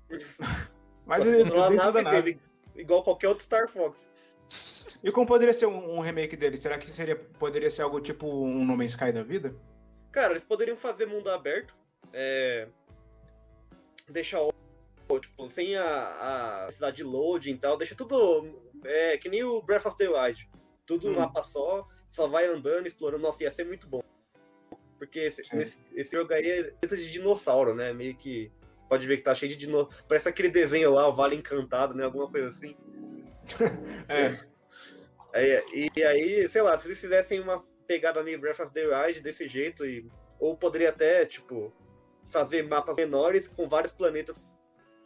B: Mas
G: não
B: ele-
G: controla
B: dentro
G: a
B: da
G: nave
B: nave.
G: dele, igual qualquer outro Star Fox.
B: E como poderia ser um, um remake dele? Será que seria, poderia ser algo tipo um No Man's Sky da vida?
G: Cara, eles poderiam fazer mundo aberto, é, deixar o tipo sem a, a cidade de loading e tal, deixa tudo é, que nem o Breath of the Wild, tudo
B: Hum.
G: um mapa só, só vai andando, explorando. Nossa, ia ser muito bom, porque esse,
B: Sim.
G: nesse- esse jogo aí é coisa de dinossauro, né? Meio que pode ver que tá cheio de dinossauro. Parece aquele desenho lá, o Vale Encantado, né? Alguma coisa assim.
B: <laughs> É.
G: <laughs> Aí- e aí, sei lá, se eles fizessem uma pegada meio Breath of the Wild desse jeito, e, ou poderia até, tipo, fazer mapas menores com vários planetas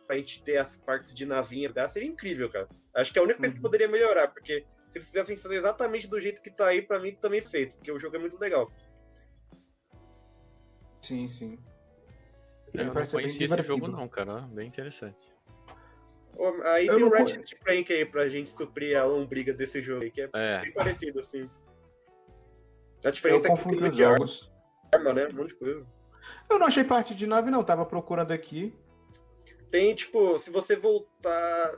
G: pra gente ter as partes de navinha, tá? seria incrível, cara. Acho que é a única coisa
B: Uhum.
G: que poderia melhorar, porque se eles fizessem fazer exatamente do jeito que tá aí, pra mim também feito, porque o jogo é muito legal.
B: Sim, sim. Ele
D: Eu não
B: parece bem
D: conhecia esse jogo
B: divertido.
D: não, cara. Bem interessante.
G: Ô, Aí
B: Eu
G: tem
B: não
G: o Ratchet Clank aí pra gente suprir a lombriga desse jogo aí, que é
D: É,
G: bem parecido, assim. A
B: Eu
G: diferença é que tem
B: confundo
G: muito
B: os
G: de arma,
B: jogos.
G: né? Um monte de coisa.
B: Eu não achei parte de nave, não. Tava procurando aqui. <laughs>
G: Tem, tipo, se você voltar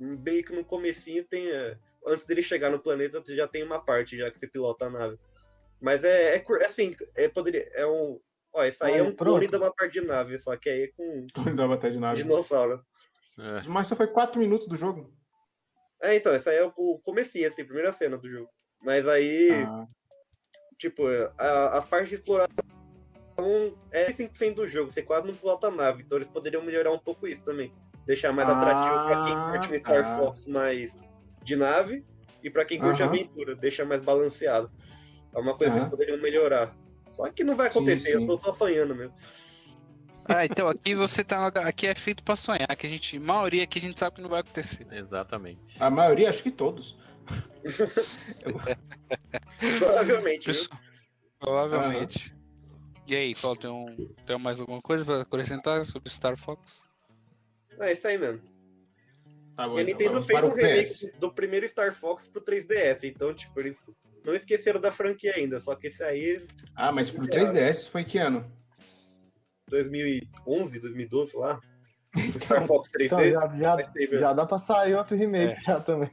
G: meio que no comecinho, tem. é, Antes dele chegar no planeta, você já tem uma parte já que você pilota a nave. Mas é, é cur- é assim, é, poderia. É um. Ó, isso aí
F: Aí,
G: é um
F: pronto.
G: clone de uma parte de nave, só que aí é com
B: Não dava até de nave.
G: dinossauro.
D: é.
B: Mas só foi 4 minutos do jogo.
G: É, então, isso aí é o- o comecinho, assim, primeira cena do jogo. Mas aí,
B: Ah,
G: tipo, a- as partes de exploração é 100% do jogo, você quase não pilota a nave, então eles poderiam melhorar um pouco isso também. Deixar mais atrativo pra quem
B: Ah,
G: curte um Star
B: tá.
G: Fox mais de nave e pra quem curte
B: Aham.
G: aventura, deixar mais balanceado. É uma coisa que
B: Aham.
G: eles poderiam melhorar. Só que não vai
B: Sim,
G: acontecer,
B: sim.
G: eu tô só sonhando mesmo. <laughs>
E: Ah, então aqui você tá. Aqui é feito pra sonhar, que a gente. Maioria aqui a gente sabe que não vai acontecer.
D: Exatamente.
B: a maioria, acho que todos.
G: Provavelmente, viu?
E: Provavelmente. E aí, Paulo, tem, um, tem mais alguma coisa pra acrescentar sobre Star Fox?
G: É isso aí mesmo.
B: Tá bom,
G: E a
B: então,
G: Nintendo
B: vamos
G: fez
B: para
G: um
B: o PS.
G: remake do primeiro Star Fox pro 3DS, então, tipo, eles não esqueceram da franquia ainda, só que esse aí,
B: Ah, mas pro 3DS foi que ano?
G: 2011, 2012, sei lá. Star Fox Tá 3D.
F: Então já, já,
G: Vai ser, velho.
F: já dá pra sair outro remake já também.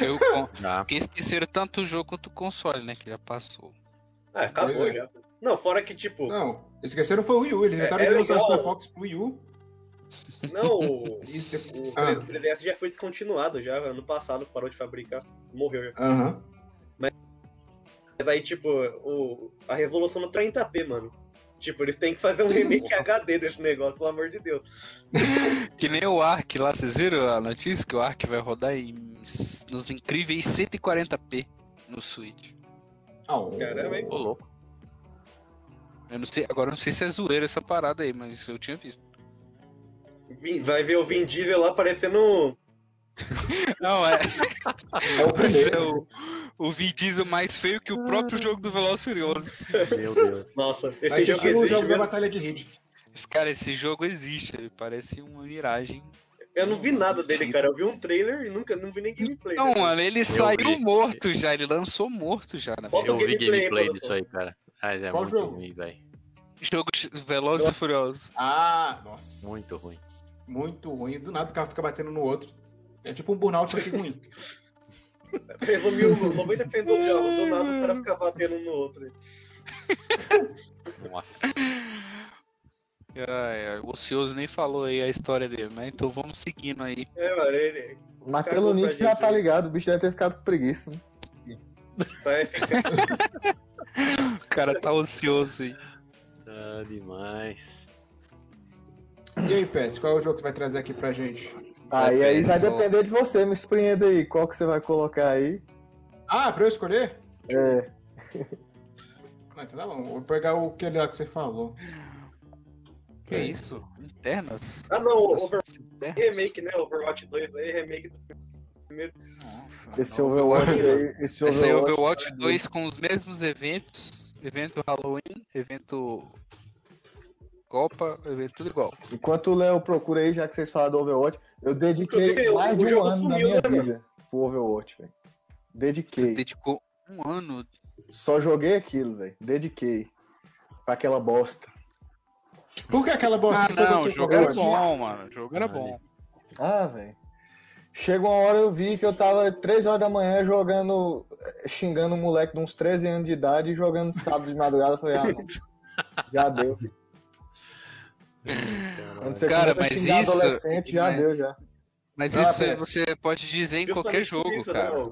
E: Eu, con-
D: Já.
E: porque esqueceram tanto o jogo quanto o console, né? Que já passou.
G: Ah, acabou
B: Pois é.
G: já. Não, fora que, tipo, não,
B: Não, esqueceram foi o Wii U. Eles
G: É,
B: inventaram
G: é
B: o Dinossauro
G: legal.
B: Star Fox pro Wii U.
G: o,
B: E depois...
G: o
B: Ah.
G: 3DS já foi descontinuado já. Ano passado parou de fabricar, morreu já.
B: Aham.
G: Mas aí, tipo, o, a resolução no 30p, mano. Tipo, eles têm que fazer um remake HD desse negócio, pelo amor de Deus.
E: Que nem o Ark lá, vocês viram a notícia que o Ark vai rodar em, nos incríveis 140p no Switch.
B: Ah, o-
G: Caramba, hein?
D: Ô, louco.
E: Eu não sei, agora eu não sei se é zoeira essa parada aí, mas eu tinha visto.
G: Vin- Vai ver o Vin Diesel lá um, parecendo.
E: Não, é,
B: É o
E: mas
B: primeiro.
E: é o, o Vin Diesel mais feio que o próprio jogo do Velozes e Furiosos.
D: Meu Deus.
G: Nossa, esse
B: Vai ser
G: jogo é
B: estilo
G: existe
B: jogos da
G: mesmo.
B: Batalha de Riddick.
E: Esse cara, esse jogo existe, ele parece uma miragem.
G: Eu não vi nada dele, cara. Eu vi um trailer e nunca não vi nem gameplay. né?
E: Não, mano, ele saiu
D: vi.
E: morto já, ele lançou morto já, na
G: Bota
E: verdade.
D: Eu vi
G: gameplay,
D: gameplay
G: produção.
D: disso aí, cara. Ah, é
B: Qual
D: muito
B: jogo?
D: ruim, velho.
E: Jogo de- Velozes e Furiosos.
B: Ah, nossa.
D: Muito ruim.
B: Muito ruim. Do nada o carro fica batendo no outro. É tipo um burnout, só que
G: <laughs>
B: ruim.
G: Resumiu 90% dos jogos, do nada
E: Ai,
G: o cara fica batendo um no outro.
D: Nossa.
E: Ai, ai, o ocioso nem falou aí a história dele, né? Então vamos seguindo aí.
G: É, mano, ele,
F: Na
G: Cagou pra
F: Pelonite já
G: gente,
F: tá
G: né?
F: ligado, o bicho deve ter ficado com preguiça. Né?
G: Tá, fica-
E: O cara tá ocioso aí.
D: Ah, demais.
B: E aí, PS, qual é o jogo que você vai trazer aqui pra gente?
G: Tá
F: Aí, aí vai
E: só.
F: depender de você, me surpreenda aí qual que você vai colocar aí.
B: Ah, pra eu escolher?
F: É,
B: Ah, então tá bom. Vou pegar o que lá que você falou.
E: Que é isso? Internas?
G: Ah não, o Over-
E: Nossa, internas?
G: remake, né? Overwatch 2 aí, remake do
E: Nossa,
F: esse
E: não,
F: Overwatch aí. Esse
E: Vai
G: é
F: Overwatch,
E: sair Overwatch 2 com os mesmos eventos. Evento Halloween, evento Copa, evento tudo igual.
F: Enquanto o Léo procura aí, já que vocês falaram do Overwatch, eu dediquei
G: Inclusive,
F: mais
G: o
F: de um
G: jogo
F: ano da
G: sumiu,
F: minha
G: né, mano?
F: vida pro Overwatch, velho. Dediquei.
E: Dedicou um ano.
F: Só joguei aquilo, velho. Dediquei. Pra aquela bosta.
B: Por que aquela bosta
E: Ah,
B: que todo
E: não, o
B: time
E: jogo
B: jogou
E: era
B: hoje?
E: bom, mano. O jogo era bom.
F: Ah, velho. Chegou uma hora eu vi que eu tava 3 horas da manhã jogando, xingando um moleque de uns 13 anos de idade e jogando sábado de madrugada. Eu falei, ah, não. Já deu. filho. Quando você
E: Cara,
F: começa a
E: mas
F: xingar
E: isso-
F: Adolescente, já
B: é
E: né?
F: deu, já.
E: Mas
F: Ah,
E: isso é,
F: pera.
E: você pode dizer em qualquer jogo,
G: né,
E: cara.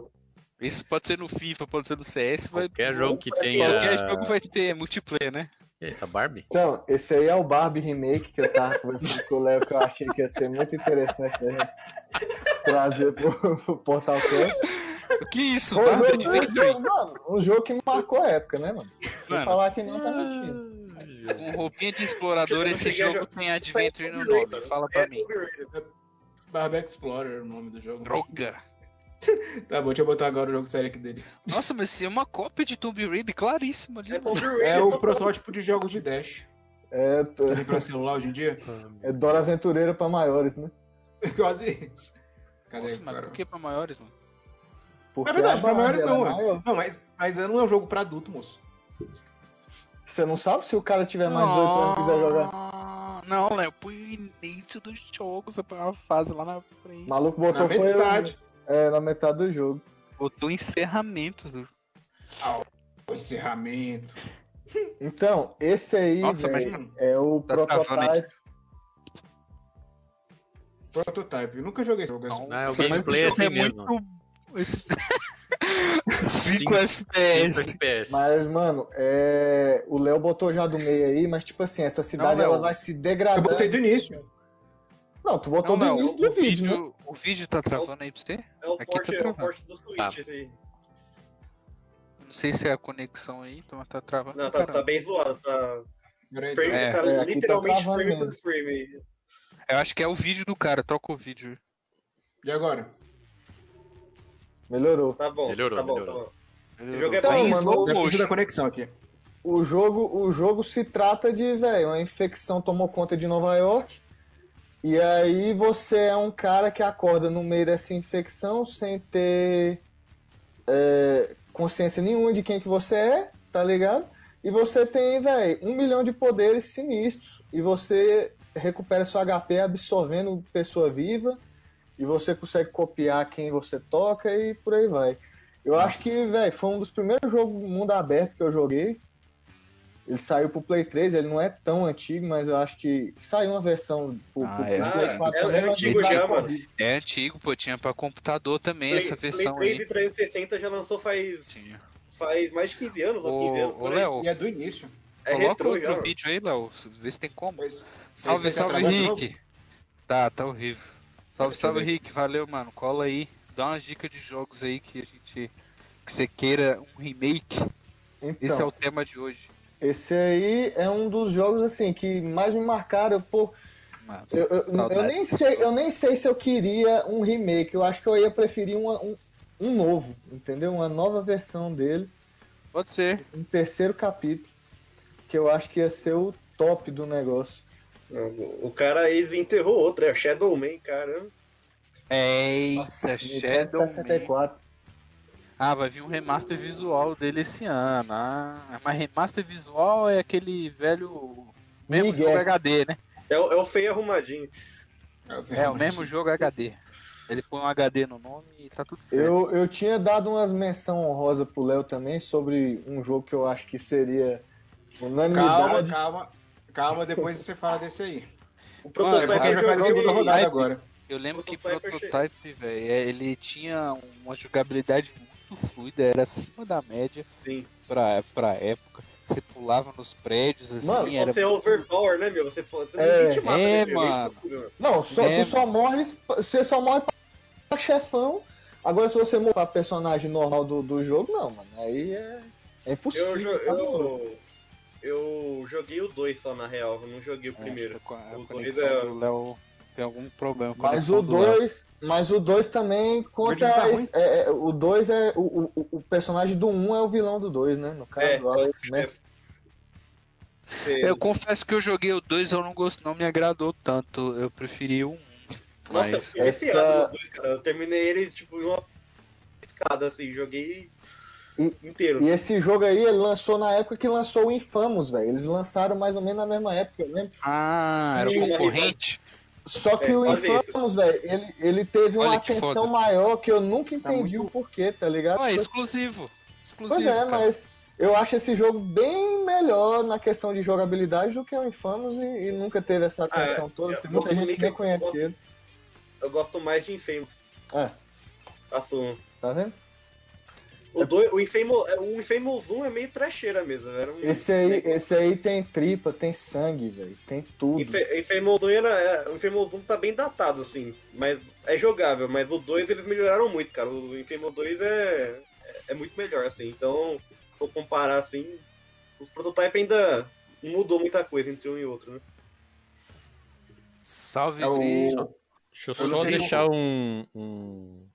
E: Isso pode ser no FIFA, pode ser no CS, vai...
D: Qualquer jogo que tenha.
E: qualquer jogo vai ter multiplayer, né?
D: Essa Barbie?
F: Então, esse aí é o Barbie Remake que eu tava conversando com o Léo, que eu achei que ia ser muito interessante a gente trazer pro, pro Portal Cast.
E: O que é isso?
F: Foi um
E: Barbie
F: jogo-
E: de
F: um jogo,
E: Vendrell?
F: mano, um jogo que marcou a época, né, mano? Vou
E: Mano,
F: falar que não tá mentindo.
E: com Um roupinha de explorador,
G: Eu
E: esse
G: cheguei a
E: jogo tem Adventure no nome. Fala pra mim.
G: né,
B: Barbie Explorer é o nome do jogo.
E: Droga.
B: Tá bom, deixa eu botar agora o jogo sério aqui dele.
E: Nossa, mas isso é uma cópia de Tomb Raider claríssima ali.
G: É, Tomb Raider,
B: É o
G: total.
B: protótipo de jogos de Dash.
F: É, tô-
B: Tem pra celular hoje em dia?
F: é Dora Aventureira pra maiores, né?
B: <laughs> Quase isso. Cadê
E: Nossa, mas
B: agora?
E: por que pra maiores, mano?
F: Porque
B: É verdade,
F: a é
B: pra maiores
F: Barbie
B: não,
F: era
B: mano. Não, mas, mas não é um jogo pra adulto, moço.
F: Você não sabe se o cara tiver mais de 18 anos e quiser jogar.
E: Não, Léo, põe o início dos jogos, põe uma fase lá na
F: O
E: frente.
F: maluco
B: Na
F: botou então foi
B: metade.
F: é, na metade do jogo.
E: Botou encerramentos. do-
B: O encerramento.
F: Então, esse aí
E: Nossa, mas
F: véi, é o
E: Tá travando aí.
F: prototype.
B: Prototype. Eu nunca joguei esse jogo. assim.
D: Ah, é o
E: Nossa, mas
D: gameplay
E: esse
D: assim
E: jogo
D: mesmo.
E: muito... 5
D: Cinco
E: FPS.
D: FPS.
F: Mas, mano, é... o Léo botou já do meio aí, mas tipo assim, essa cidade
E: Não, Léo.
F: ela vai se
B: Eu
F: degradando.
B: botei do início.
F: Não, tu botou
E: Não,
F: do
E: Léo,
F: início do vídeo, né?
E: o vídeo tá travando aí pra você?
G: É o
E: Aqui
G: porte,
E: tá
G: é o
E: travado.
G: porte do Switch, assim.
D: Tá.
G: esse aí.
E: Não sei se é a conexão aí, então tá travando.
G: Não,
E: pra
G: tá, tá bem zoado, tá.
B: Peraí,
G: Frame,
E: É.
F: É,
G: tá
F: aqui tá
G: literalmente
F: travando
G: frame por
F: mesmo.
G: frame aí.
E: caralho. Eu acho que é o vídeo do cara, troca o vídeo.
B: E agora?
F: Melhorou.
G: Tá bom,
D: Melhorou,
G: tá bom,
D: melhorou.
G: tá bom. Esse jogo é
F: Então,
G: bem
F: mano,
G: slow.
E: Ô,
B: Depende da
E: moço.
B: conexão aqui.
F: O jogo, o jogo se trata de, velho, uma infecção tomou conta de Nova York. E aí você é um cara que acorda no meio dessa infecção sem ter é, consciência nenhuma de quem que você é, tá ligado? E você tem, velho, um milhão de poderes sinistros. E você recupera seu HP absorvendo pessoa viva. E você consegue copiar quem você toca e por aí vai. Eu acho que, velho, foi um dos primeiros jogos mundo aberto que eu joguei. Ele saiu pro Play 3, ele não é tão antigo, mas eu acho que saiu uma versão pro,
E: Ah,
F: pro
E: é.
F: Play 4
G: Ah, é-
F: também,
G: é
F: mas
G: antigo
F: não tá
G: já, mano.
E: É antigo, pô, tinha pra computador também
G: Play,
E: essa versão
G: Play
E: aí.
G: Blade 360 já lançou faz,
E: Tinha.
G: faz mais de 15 anos, ou 15 anos
E: Ô, ô
G: por aí.
E: Léo,
B: E é do início.
G: né? É
E: coloca
G: retrô já.
E: outro
G: mano.
E: vídeo aí, Léo, vê se tem como.
B: Mas-
E: Salve,
B: Esse aí tá
E: salve,
B: travando de
E: Rick. Tá, tá horrível. Salve,
B: Deixa eu
E: salve,
B: ver.
E: Rick. Valeu, mano. Cola aí. Dá umas dicas de jogos aí que a gente. Que você queira um remake.
F: Então,
E: Esse é o tema de hoje.
F: Esse aí é um dos jogos assim que mais me marcaram. Pô,
E: Mano.
F: eu, eu- eu nem sei, eu nem sei se eu queria um remake. Eu acho que eu ia preferir uma- um, um novo, entendeu? Uma nova versão dele,
E: Pode ser.
F: um terceiro capítulo, que eu acho que ia ser o top do negócio.
G: Não, O cara enterrou outro, é Shadow Man, caramba.
E: Eita, é Shadow. Man.
F: 64.
E: Ah, vai vir um remaster visual dele esse ano. Ah, mas remaster visual é aquele velho. Mesmo
F: Miguel.
E: jogo HD, né?
G: É o, é o feio arrumadinho.
E: É o mesmo jogo HD. Ele põe um HD no nome e tá tudo certo.
F: Eu, eu tinha dado umas menção honrosa pro Léo também sobre um jogo que eu acho que seria
B: Calma,
F: unanimidade.
B: calma. Calma, depois você fala desse aí.
G: O é
E: Mano,
B: É porque a
G: prototype
B: gente vai
G: que eu
B: fazer a segunda
G: joguei-
B: rodada
E: Vai-
B: agora.
E: Eu lembro que
G: Prototype eu achei.
E: Prototype, velho, é, ele tinha uma jogabilidade muito fluida, era acima da média
G: Sim.
E: pra, pra época. Você pulava nos prédios, assim,
F: Mano,
E: era.
G: Você é
E: muito-
G: overpower, né, meu? Você pode. Você
F: É,
G: ninguém te mata,
E: é,
G: né, meu?
E: mano.
G: Impossível.
F: Não, só,
E: É,
F: tu só morre. Você só morre pra chefão. Agora, se você morrer pra personagem normal do, do jogo, não, mano. Aí é, é impossível.
G: Eu, jo-
F: tá bom.
G: eu, eu joguei o 2 só, na real. Eu não joguei o
E: É,
G: primeiro.
E: acho que a- a
G: O dois
E: conexão
G: é-
E: do Léo tem algum problema. com a
F: Mas
E: conexão
F: o
E: do Léo.
F: 2. Mas o 2 também conta.
B: vídeo tá
F: as- é, é, o 2 é. O, o- o, o personagem do 1 um é o vilão do 2, né? No caso,
G: É,
F: o Alex
G: é.
F: Messi.
G: Você-
E: Eu confesso que eu joguei o 2 eu não gosto, não me agradou tanto. Eu preferi o 1.
G: Nossa, eu
E: Mas
G: fiquei
F: essa-
G: viciado no 2, cara. Eu terminei ele, tipo, em uma escada, assim. Joguei
F: E-
G: inteiro.
F: E esse jogo aí ele lançou na época que lançou o Infamous, velho. Eles lançaram mais ou menos na mesma época, eu lembro.
E: Ah, era o
G: Sim, mas-
E: concorrente?
F: Só que
G: É,
F: o
G: olha
F: Infamous, velho, ele, ele teve uma
E: Olha que
F: atenção
E: foda.
F: maior que eu nunca
E: Tá
F: entendi
E: muito-
F: o porquê, tá ligado?
E: Ah,
F: Foi-
E: exclusivo. Exclusivo.
F: Pois é,
E: cara.
F: mas eu acho esse jogo bem melhor na questão de jogabilidade do que o Infamous e, e nunca teve essa
G: Ah,
F: atenção toda.
G: eu
F: Tem
G: vou
F: muita gente
G: assumir
F: que
G: que eu
F: nem conhece
G: gosto.
F: ele.
G: Eu gosto mais de Infamous.
F: É,
G: Assumo.
F: tá vendo?
G: O, dois, o, Infamous, é, o Infamous 1 é meio trecheira mesmo. Era um,
F: Esse aí, esse aí tem tripa, tem sangue, velho. Tem tudo.
G: Infe- Infamous 1 era, é, o Infamous 1 tá bem datado, assim, mas é jogável, mas o 2 eles melhoraram muito, cara. O Infamous 2 é, é- é muito melhor, assim, então, se for comparar, assim, os prototypes ainda não mudou muita coisa entre um e outro, né?
E: Salve,
B: É o-
E: Gris.
D: Deixa eu
B: Eu não
D: só
B: sei como-
D: deixar um, um,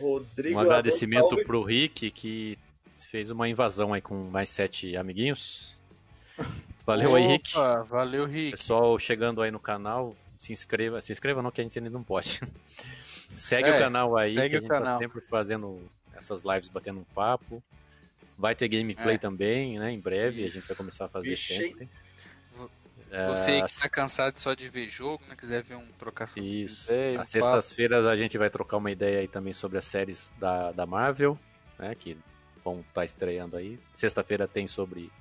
G: Rodrigo...
D: um
G: Adão,
D: agradecimento
G: salve.
D: pro Rick, que fez uma invasão aí com mais sete amiguinhos. Valeu aí, Rick.
E: Opa, Valeu, Rick.
D: Pessoal chegando aí no canal, se inscreva. Se inscreva não, que a gente ainda não pode. <laughs> segue
E: É,
D: o canal aí,
E: segue
D: que a
E: o
D: gente tá
E: canal.
D: sempre fazendo essas lives, batendo um papo. Vai ter gameplay
E: É.
D: também, né? Em breve, a gente
E: Isso.
D: vai começar a fazer
G: Vixe, hein?
D: sempre.
E: Você aí que
D: É, as-
E: tá cansado só de ver jogo, né? Quiser ver um trocação. de
D: Isso.
E: ideia, um
D: Às sextas-feiras a gente vai trocar uma ideia aí também sobre as séries da, da Marvel, né? Que vão estar estreando aí. Sexta-feira tem sobre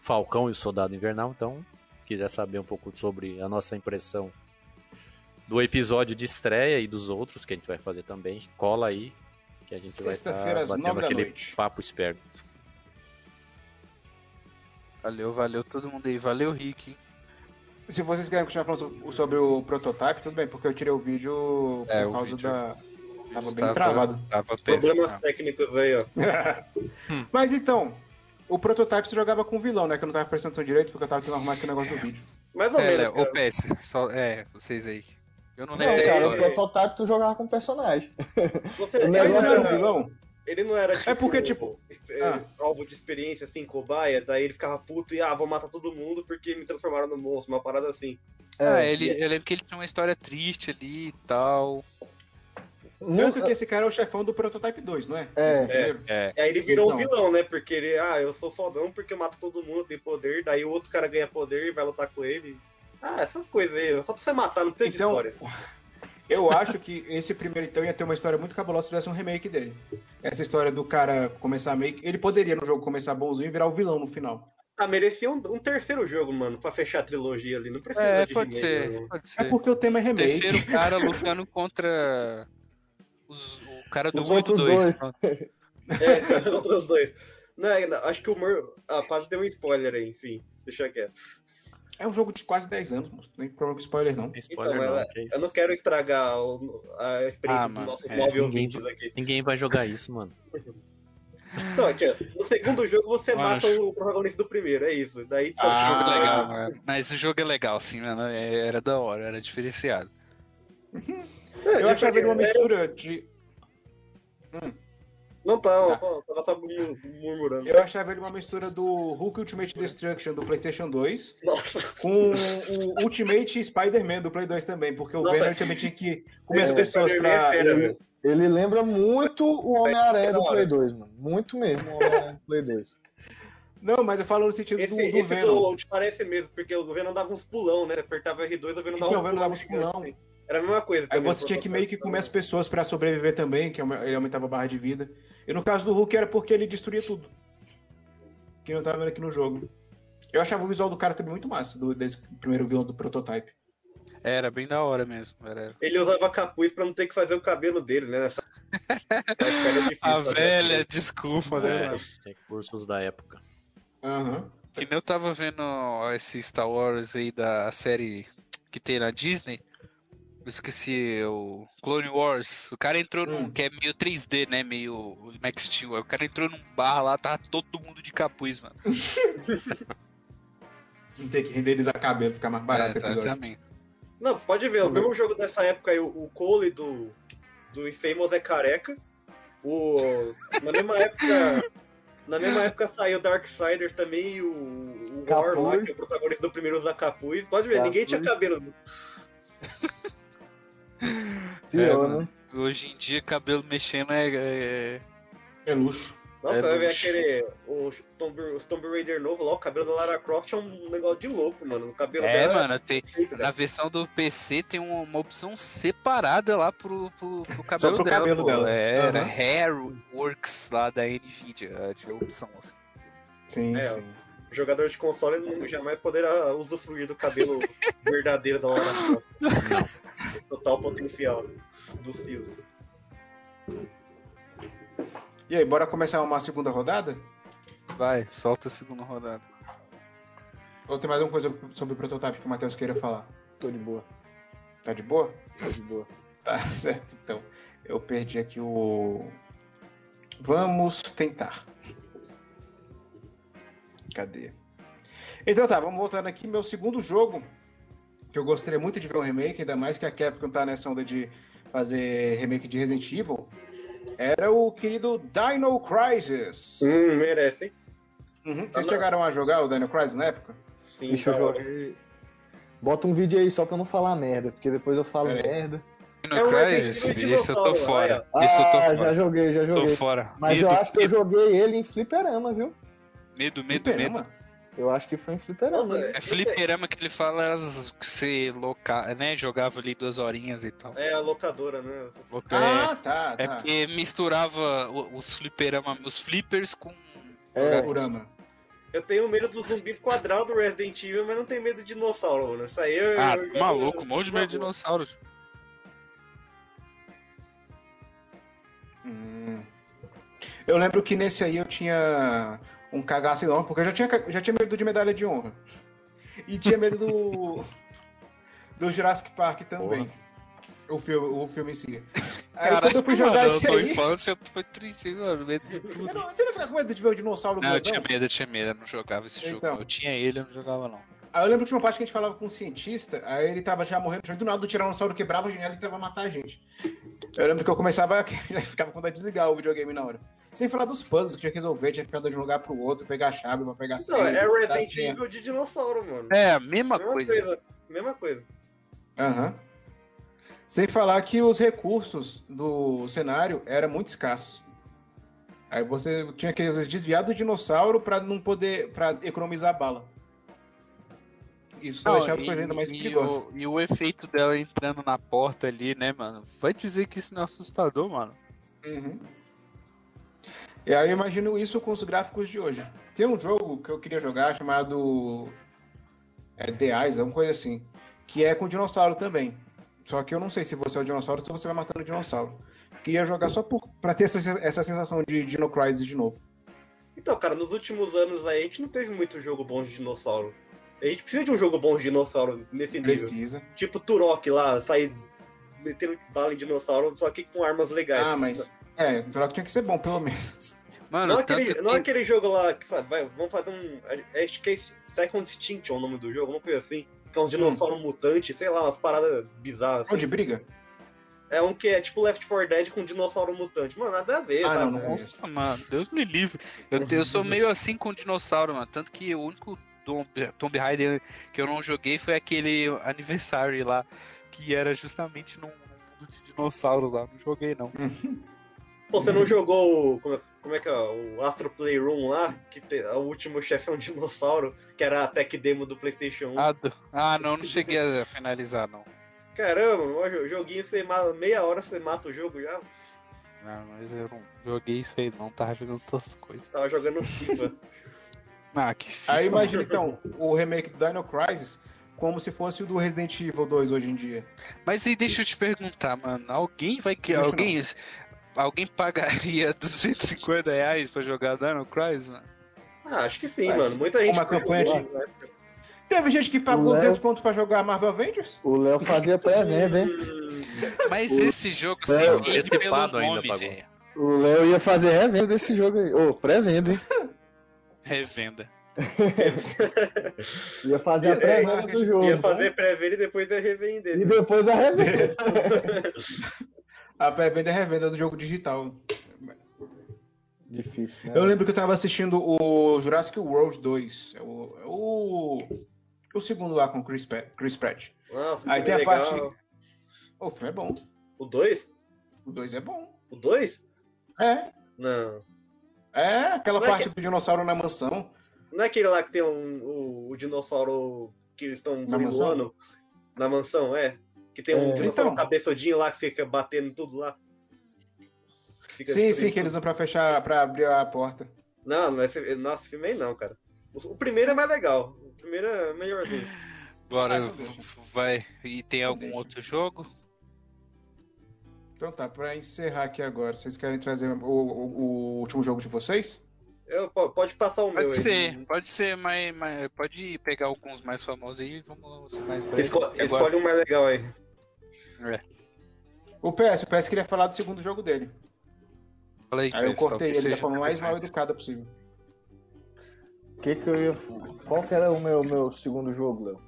D: Falcão e o Soldado Invernal, então, quiser saber um pouco sobre a nossa impressão do episódio de estreia e dos outros que a gente vai fazer também, cola aí. Que a gente vai estar
B: Sexta-feira, às nove
D: batendo
B: da
D: aquele
B: noite.
D: papo esperto.
E: papo. Valeu, valeu todo mundo aí. Valeu, Rick. hein?
B: Se vocês querem continuar falando so- sobre o prototype, tudo bem, porque eu tirei o vídeo por
E: É, o
B: causa
E: vídeo.
B: da. Tava bem travado.
E: Tava péssimo.
G: Problemas técnicos aí, ó.
B: Mas então, o prototype se jogava com o vilão, né? Que eu não tava prestando atenção direito porque eu tava tentando arrumar aqui o negócio do vídeo.
G: Mais ou
E: É,
G: menos,
E: Léo,
G: cara.
E: ô PS, só, é, vocês aí. Eu não
F: Não,
E: lembro da
F: cara, o
E: história.
F: prototype tu jogava com o personagem.
G: Você-
F: o
G: ele,
B: Mas
F: negócio
B: não era
G: não
B: um
G: era,
B: vilão?
G: ele não era, tipo,
B: porque, tipo,
G: é,
B: ah.
G: alvo de experiência, assim, cobaia, daí ele ficava puto e, ah, vou matar todo mundo porque me transformaram no monstro, uma parada assim.
E: Ah, ele, eu lembro que ele tinha uma história triste ali e tal.
B: Tanto que esse cara é o chefão do prototype 2, não é?
F: É.
B: Esse primeiro.
E: É.
G: E aí ele virou
B: Então.
G: um vilão, né? Porque ele, ah, eu sou fodão porque eu mato todo mundo, tem poder, daí o outro cara ganha poder e vai lutar com ele. Ah, essas coisas aí, só pra você matar, não precisa
B: Então,
G: de história.
B: Eu acho que esse primeiro, então, ia ter uma história muito cabulosa se tivesse um remake dele. Essa história do cara começar meio que. Ele poderia no jogo começar bonzinho e virar o vilão no final.
G: Ah, merecia um, um terceiro jogo, mano, pra fechar a trilogia ali. Não precisa
E: É,
G: de
E: pode
G: remake,
E: ser,
G: não.
E: pode ser.
B: É porque o tema é remake.
E: terceiro cara lutando contra os- o cara do
F: Os
E: 1 e do
F: outros
E: 2.
G: É, <laughs> os outros dois. Não, não, acho que o Mur... Ah, quase deu um spoiler aí, enfim. Deixa quieto.
B: É um jogo de quase 10 anos, moço. Não tem problema com spoiler, não.
D: Não tem spoiler
G: Então,
D: não,
G: ela-
D: que é
G: Eu não
D: isso.
G: quero estragar o- a experiência
E: Ah,
G: dos
E: mano,
G: nossos
D: é,
G: nove
D: ninguém-
G: ouvintes aqui.
D: Ninguém vai jogar isso, mano.
G: Então, aqui, ó, no segundo jogo você
E: Mano,
G: mata o protagonista do primeiro, é isso. Daí tá
E: O jogo é
B: Ah.
E: legal, mano. Mas o jogo é legal, sim, mano. É- Era da hora, era diferenciado.
G: É,
B: Eu achava ele uma
G: diferente.
B: mistura de.
G: Não tá, ó, só, tava só mur- murmurando.
B: Eu achava ele uma mistura do Hulk Ultimate Destruction do PlayStation 2
G: Nossa,
B: com o Ultimate Spider-Man do Play 2 também, porque o
G: Nossa.
B: Venom também tinha que comer as
G: Esse
B: pessoas
G: Spider-Man é
B: pra.
G: fera, velho.
F: Ele lembra muito o Homem-Aranha
G: da
F: do
G: hora.
F: Play 2, mano. Muito mesmo o Homem-Aranha do Play 2.
B: Não, mas eu falo no sentido
G: esse,
B: do,
G: esse
B: do
G: do
B: Venom.
G: Out parece mesmo, porque o Venom dava uns pulão, né? Você apertava R2, o Venom dava
B: Então, o
G: uns
B: Venom dava uns
G: gigante,
B: pulão.
G: assim. né? Era a mesma coisa.
B: Aí
G: também,
B: você tinha que
G: prototype.
B: meio que comer as pessoas pra sobreviver também, que auma- ele aumentava a barra de vida. E no caso do Hulk era porque ele destruía tudo. Que eu tava vendo aqui no jogo. Eu achava o visual do cara também muito massa, do, desse primeiro vilão do prototype.
E: Era bem da hora mesmo. Era...
G: Ele usava capuz pra não ter que fazer o cabelo
E: <laughs>
G: dele, né? Nessa... época era difícil
E: A
G: fazer.
E: velha desculpa, né?
D: É, tem cursos da época.
B: Aham.
E: Que nem eu tava vendo esse Star Wars aí da série que tem na Disney. Eu esqueci o Clone Wars. O cara entrou num. que é meio 3D, né? Meio o Max Steel. Aí O cara entrou num bar lá, tava todo mundo de capuz, mano.
B: Não tem que renderizar cabelo, ficar mais barato
E: É,
B: o episódio.
E: exatamente.
G: Não, pode ver, o mesmo jogo dessa época aí, o, o Cole do, do Infamous é careca. O, na mesma época. Na mesma época saiu Darksiders também e o, o War lá,
F: Capuz.
G: que é o protagonista do primeiro usa capuz. Pode ver, ninguém tinha cabelo.
F: <laughs> Pior,
E: É,
F: né?
E: Hoje em dia, cabelo mexendo é. é-
B: É luxo.
G: Nossa,
E: É,
G: vai ver
E: bicho.
G: aquele. O Tomb, os Tomb Raider novo lá, o cabelo da Lara Croft é um negócio de louco, mano. O cabelo
E: É,
G: dela
E: mano, É tem,
G: feito,
E: na versão do PC tem uma, uma opção separada lá pro, pro, pro cabelo
B: pro
E: dela.
B: cabelo
E: pô.
B: dela.
E: É,
B: Aham.
E: era Hair Works lá da NVIDIA. a de opção, assim.
B: Sim,
G: É,
B: sim.
G: Jogador de console não- jamais poderá usufruir do
E: <laughs>
G: cabelo verdadeiro da Lara Croft. Total potencial dos fios.
B: E aí, bora começar uma segunda rodada?
E: Vai, solta a segunda rodada.
B: Ou tem mais alguma coisa sobre o prototype que o Matheus queira falar?
F: Tô de boa,
B: Tá de boa? <laughs>
F: tô de boa.
B: Tá certo, então. Eu perdi aqui o. Vamos tentar. Cadê? Então tá, vamos voltando aqui. Meu segundo jogo, que eu gostaria muito de ver um remake, ainda mais que a Capcom tá nessa onda de fazer remake de Resident Evil, era o querido Dino Crisis.
G: Hum, merece, hein?
E: Hum.
B: Uhum. Vocês chegaram a jogar o Dino Crisis na época?
G: Sim, tá
F: Deixa eu
G: da hora.
F: jogar. Bota um vídeo aí só pra eu não falar merda, porque depois eu falo
B: Pera aí.
F: merda.
E: No
G: É um
E: Crysis,
G: RPG de
E: esse eu tô
G: dinossauro,
E: fora.
F: Ah,
E: Esse eu tô
F: já
E: fora.
F: joguei, já
E: Tô
F: joguei.
E: fora.
F: Mas
E: medo,
F: eu acho que eu joguei ele em fliperama, viu?
E: medo, medo, medo,
B: Fliperama?
F: Eu acho que foi em fliperama.
G: Nossa,
F: né?
E: É fliperama que ele fala as- que você loca... né? jogava ali duas horinhas e tal.
G: É a locadora, né?
E: Loca- é-
B: Ah, tá,
E: é,
B: tá.
E: porque misturava o- os fliperama, os flippers com.
F: É.
B: Fliperama.
G: Eu tenho medo do zumbi quadrado do Resident Evil, mas não tenho medo de dinossauro, mano. Isso aí
B: É,
G: eu.
E: Ah,
G: eu jogo-
E: maluco, um monte de medo de
G: jogo-
E: dinossauro.
B: Hum. Eu lembro que nesse aí eu tinha um cagaço enorme, porque eu já tinha, ca- já tinha medo de medalha de honra. E tinha medo do. do Jurassic Park também. O filme, o filme em si. Aí quando eu fui jogar
E: mano,
B: esse
E: a tua
B: aí.
E: infância foi triste, mano. Medo de
B: Você
E: tudo.
B: não, você não fica com medo de ver o dinossauro
E: Não, eu
B: grandão?
E: tinha medo, eu tinha medo, eu não jogava esse jogo.
B: Então.
E: Eu tinha ele, eu não jogava não.
B: Aí eu lembro que tinha uma parte que a gente falava com um cientista, aí ele tava já morrendo, do nada o tiranossauro quebrava a janela e tava matar a gente. Eu lembro que <laughs> eu começava, já ficava com vontade de desligar o videogame na hora. Sem falar dos puzzles que tinha que resolver, tinha que ficar de um lugar pro outro, pegar a chave pra pegar a
G: Não,
B: senha.
G: é
B: botar a
G: Resident
B: senha.
G: Evil de dinossauro, mano.
E: É, a mesma
G: mesma coisa.
E: coisa.
G: Mesma coisa.
B: Aham. Sem falar que os recursos do cenário eram muito escassos. Aí você tinha que às vezes, desviar do dinossauro pra não poder, para economizar bala. Isso só
E: Não,
B: deixava as coisas ainda mais perigosas.
E: o, e o efeito dela entrando na porta ali, né, mano? Vai dizer que isso não é assustador, mano.
B: Uhum. E aí eu imagino isso com os gráficos de hoje. Tem um jogo que eu queria jogar chamado é, The Eyes, alguma coisa assim, que é com dinossauro também. Só que eu não sei se você é o dinossauro ou se você vai matando o dinossauro. Queria jogar só por, pra ter essa, sen- essa sensação de Dino Crisis de novo.
G: Então, cara, nos últimos anos aí a gente não teve muito jogo bom de dinossauro. A gente precisa de um jogo bom de dinossauro nesse nível.
B: Precisa.
G: Tipo Turok lá, sair metendo bala em dinossauro, só que com armas legais.
B: Ah, mas... É, o jogo tinha que ser bom, pelo menos.
E: Mano,
G: Não,
E: tanto
G: aquele,
E: que-
G: não aquele jogo lá que sabe, vai, vamos fazer um. Acho que é Second Extinction é o nome do jogo, alguma coisa assim. Que é uns dinossauros mutantes, sei lá, umas paradas bizarras. assim.
B: Onde briga?
G: É um que é tipo Left 4 Dead com dinossauro mutante. Mano, nada a ver,
B: Ah,
G: sabe?
B: não, não consigo.
E: Nossa, mano, Deus me livre. Eu, te- eu
B: Uhum.
E: sou meio assim com dinossauro, mano. Tanto que o único Tomb, Tomb Raider que eu não joguei foi aquele aniversário lá, que era justamente num num mundo de dinossauros lá. Não joguei, não.
B: Uhum.
G: Pô, você não jogou o. Como é, como é que é? O Astro Playroom lá, que te- o último chefe é um dinossauro, que era a tech demo do Playstation 1.
E: Ah, do- ah, não, não cheguei a finalizar, não.
G: Caramba, mano, o joguinho você ma- meia hora você mata o jogo já.
E: Não, Ah, mas eu não joguei isso aí, não. Tava jogando outras coisas.
G: Tava jogando FIFA.
E: Ah, que fixe.
B: Aí imagina, então, o remake do Dino Crisis como se fosse o do Resident Evil 2 hoje em dia.
E: Mas aí deixa eu te perguntar, mano. Alguém vai que.
B: Deixa eu
E: Alguém, alguém pagaria <laughs> 250 reais pra jogar Dino Crisis, mano?
G: <laughs> Ah, acho que sim,
F: Mas
G: mano. Muita gente. né?
B: uma campanha de-
G: na época.
B: Teve gente que pagou
F: Léo-
B: 200 conto pra jogar Marvel Avengers?
F: O Léo fazia pré-venda,
B: né?
F: hein?
G: Hum,
E: Mas
F: O-
E: esse jogo
F: Não,
E: se vende pelo
D: antecipado ainda
E: nome,
D: pagou.
E: velho.
F: <laughs> O Léo ia fazer revenda desse jogo aí. Ô, pré-venda, hein?
E: Revenda.
F: Ia fazer a
B: Ia-
F: pré-venda do jogo.
G: Hum,
F: né?
G: Ia fazer pré-venda e depois ia revender.
F: E
G: né?
F: depois a <laughs> revenda.
B: A pré-venda é revenda do jogo digital.
F: Difícil, né?
B: Eu lembro que eu tava assistindo o Jurassic World 2. é O, é o, o segundo lá com o Chris, Pratt- Chris Pratt.
G: Nossa,
B: Aí
G: que
B: tem a
G: legal.
B: parte- O filme é bom.
G: O 2?
B: O 2 é bom.
G: O 2?
B: É.
G: Não.
B: É aquela
G: Mas
B: parte do dinossauro na mansão.
G: Não é aquele lá que tem um, o, o dinossauro que eles estão
B: Na mansão?
G: voando na mansão, é? Que tem um
F: É.
G: dinossauro
B: Então.
G: cabeçudinho lá que fica batendo tudo lá. Fica
B: sim, sim,
G: destruindo
B: que eles usam pra fechar, pra abrir a porta.
G: Não, não esse, nosso filme aí não, cara. O, o primeiro é mais legal. O primeiro é melhorzinho.
E: Bora,
B: Ah, então
E: v-
B: deixa.
E: v- vai. E tem algum
B: deixa.
E: outro jogo?
B: Então tá, pra encerrar aqui agora, vocês querem trazer o, o- o último jogo de vocês?
G: Eu, po- pode passar o meu
E: Pode
G: aí.
E: ser, pode ser, mas, mas pode pegar alguns mais famosos aí e vamos ser mais breves.
G: Esco-
E: Agora-
G: escolhe um mais legal aí.
B: O PS, o PS queria falar do segundo jogo dele.
E: Fala aí,
B: Aí Ah, eu
E: pessoal,
B: cortei
E: que
B: ele da
E: seja um
B: forma mais mal
E: interessante.
B: educada possível.
F: O que que eu ia... Qual que era o meu, meu segundo jogo, Léo?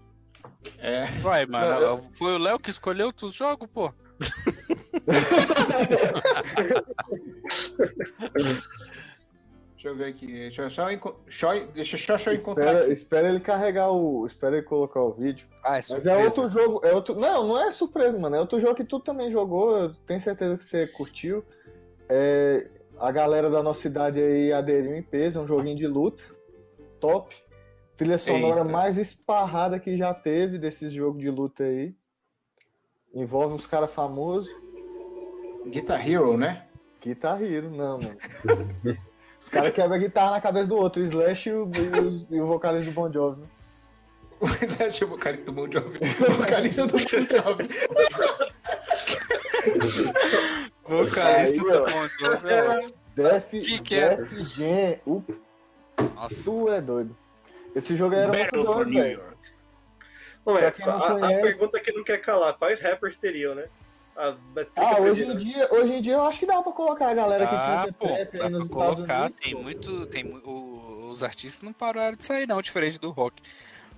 B: É.
E: Vai, mano.
B: Não,
E: Foi o Léo que escolheu outros jogos, pô.
B: Deixa eu ver aqui. Deixa eu só, enco- só- deixa eu só- só encontrar.
F: Espera,
B: aqui.
F: espera ele carregar o... Espera ele colocar o vídeo.
E: Ah,
F: Mas é outro jogo... É outro... Não, não é surpresa, mano. É outro jogo que tu também jogou. Eu tenho certeza que você curtiu. É, A galera da nossa cidade aí aderiu em peso. É um joguinho de luta. Top. Trilha sonora
B: Eita.
F: mais esparrada que já teve desses jogos de luta aí. Envolve uns caras famosos.
B: Guitar Hero, né? <laughs>
F: Guitarreiro, tá não, mano. <laughs> Os caras quebram a guitarra na cabeça do outro, o Slash e o, e os- e o vocalista do Bon Jovi. né?
B: Deixa é o vocalista do Bon <laughs> Jovi. O vocalista do Bon Jovi. é
E: Vocalista
F: É, Aí,
E: do
F: ó.
E: mundo.
F: Def,
E: é Que que é?
F: Def Gen, o
E: Nossa,
F: tu é doido. Esse jogo aí era muito
B: Battle for
F: doido,
B: New
F: velho.
B: York.
G: Não, é,
F: Pra quem não
G: a, a
F: conhece-
G: pergunta que não quer calar, quais rappers teriam, né? Ah, mas né? explica
F: Ah, hoje
G: primeiro.
F: em, dia, hoje em dia eu acho que dá pra colocar a galera que
E: ah,
F: canta
E: pô, dá
F: trap aí nos
E: pra
F: Estados
E: colocar.
F: Unidos.
E: Tem muito. Tem, mu- o- os artistas não pararam de sair, não, diferente do rock.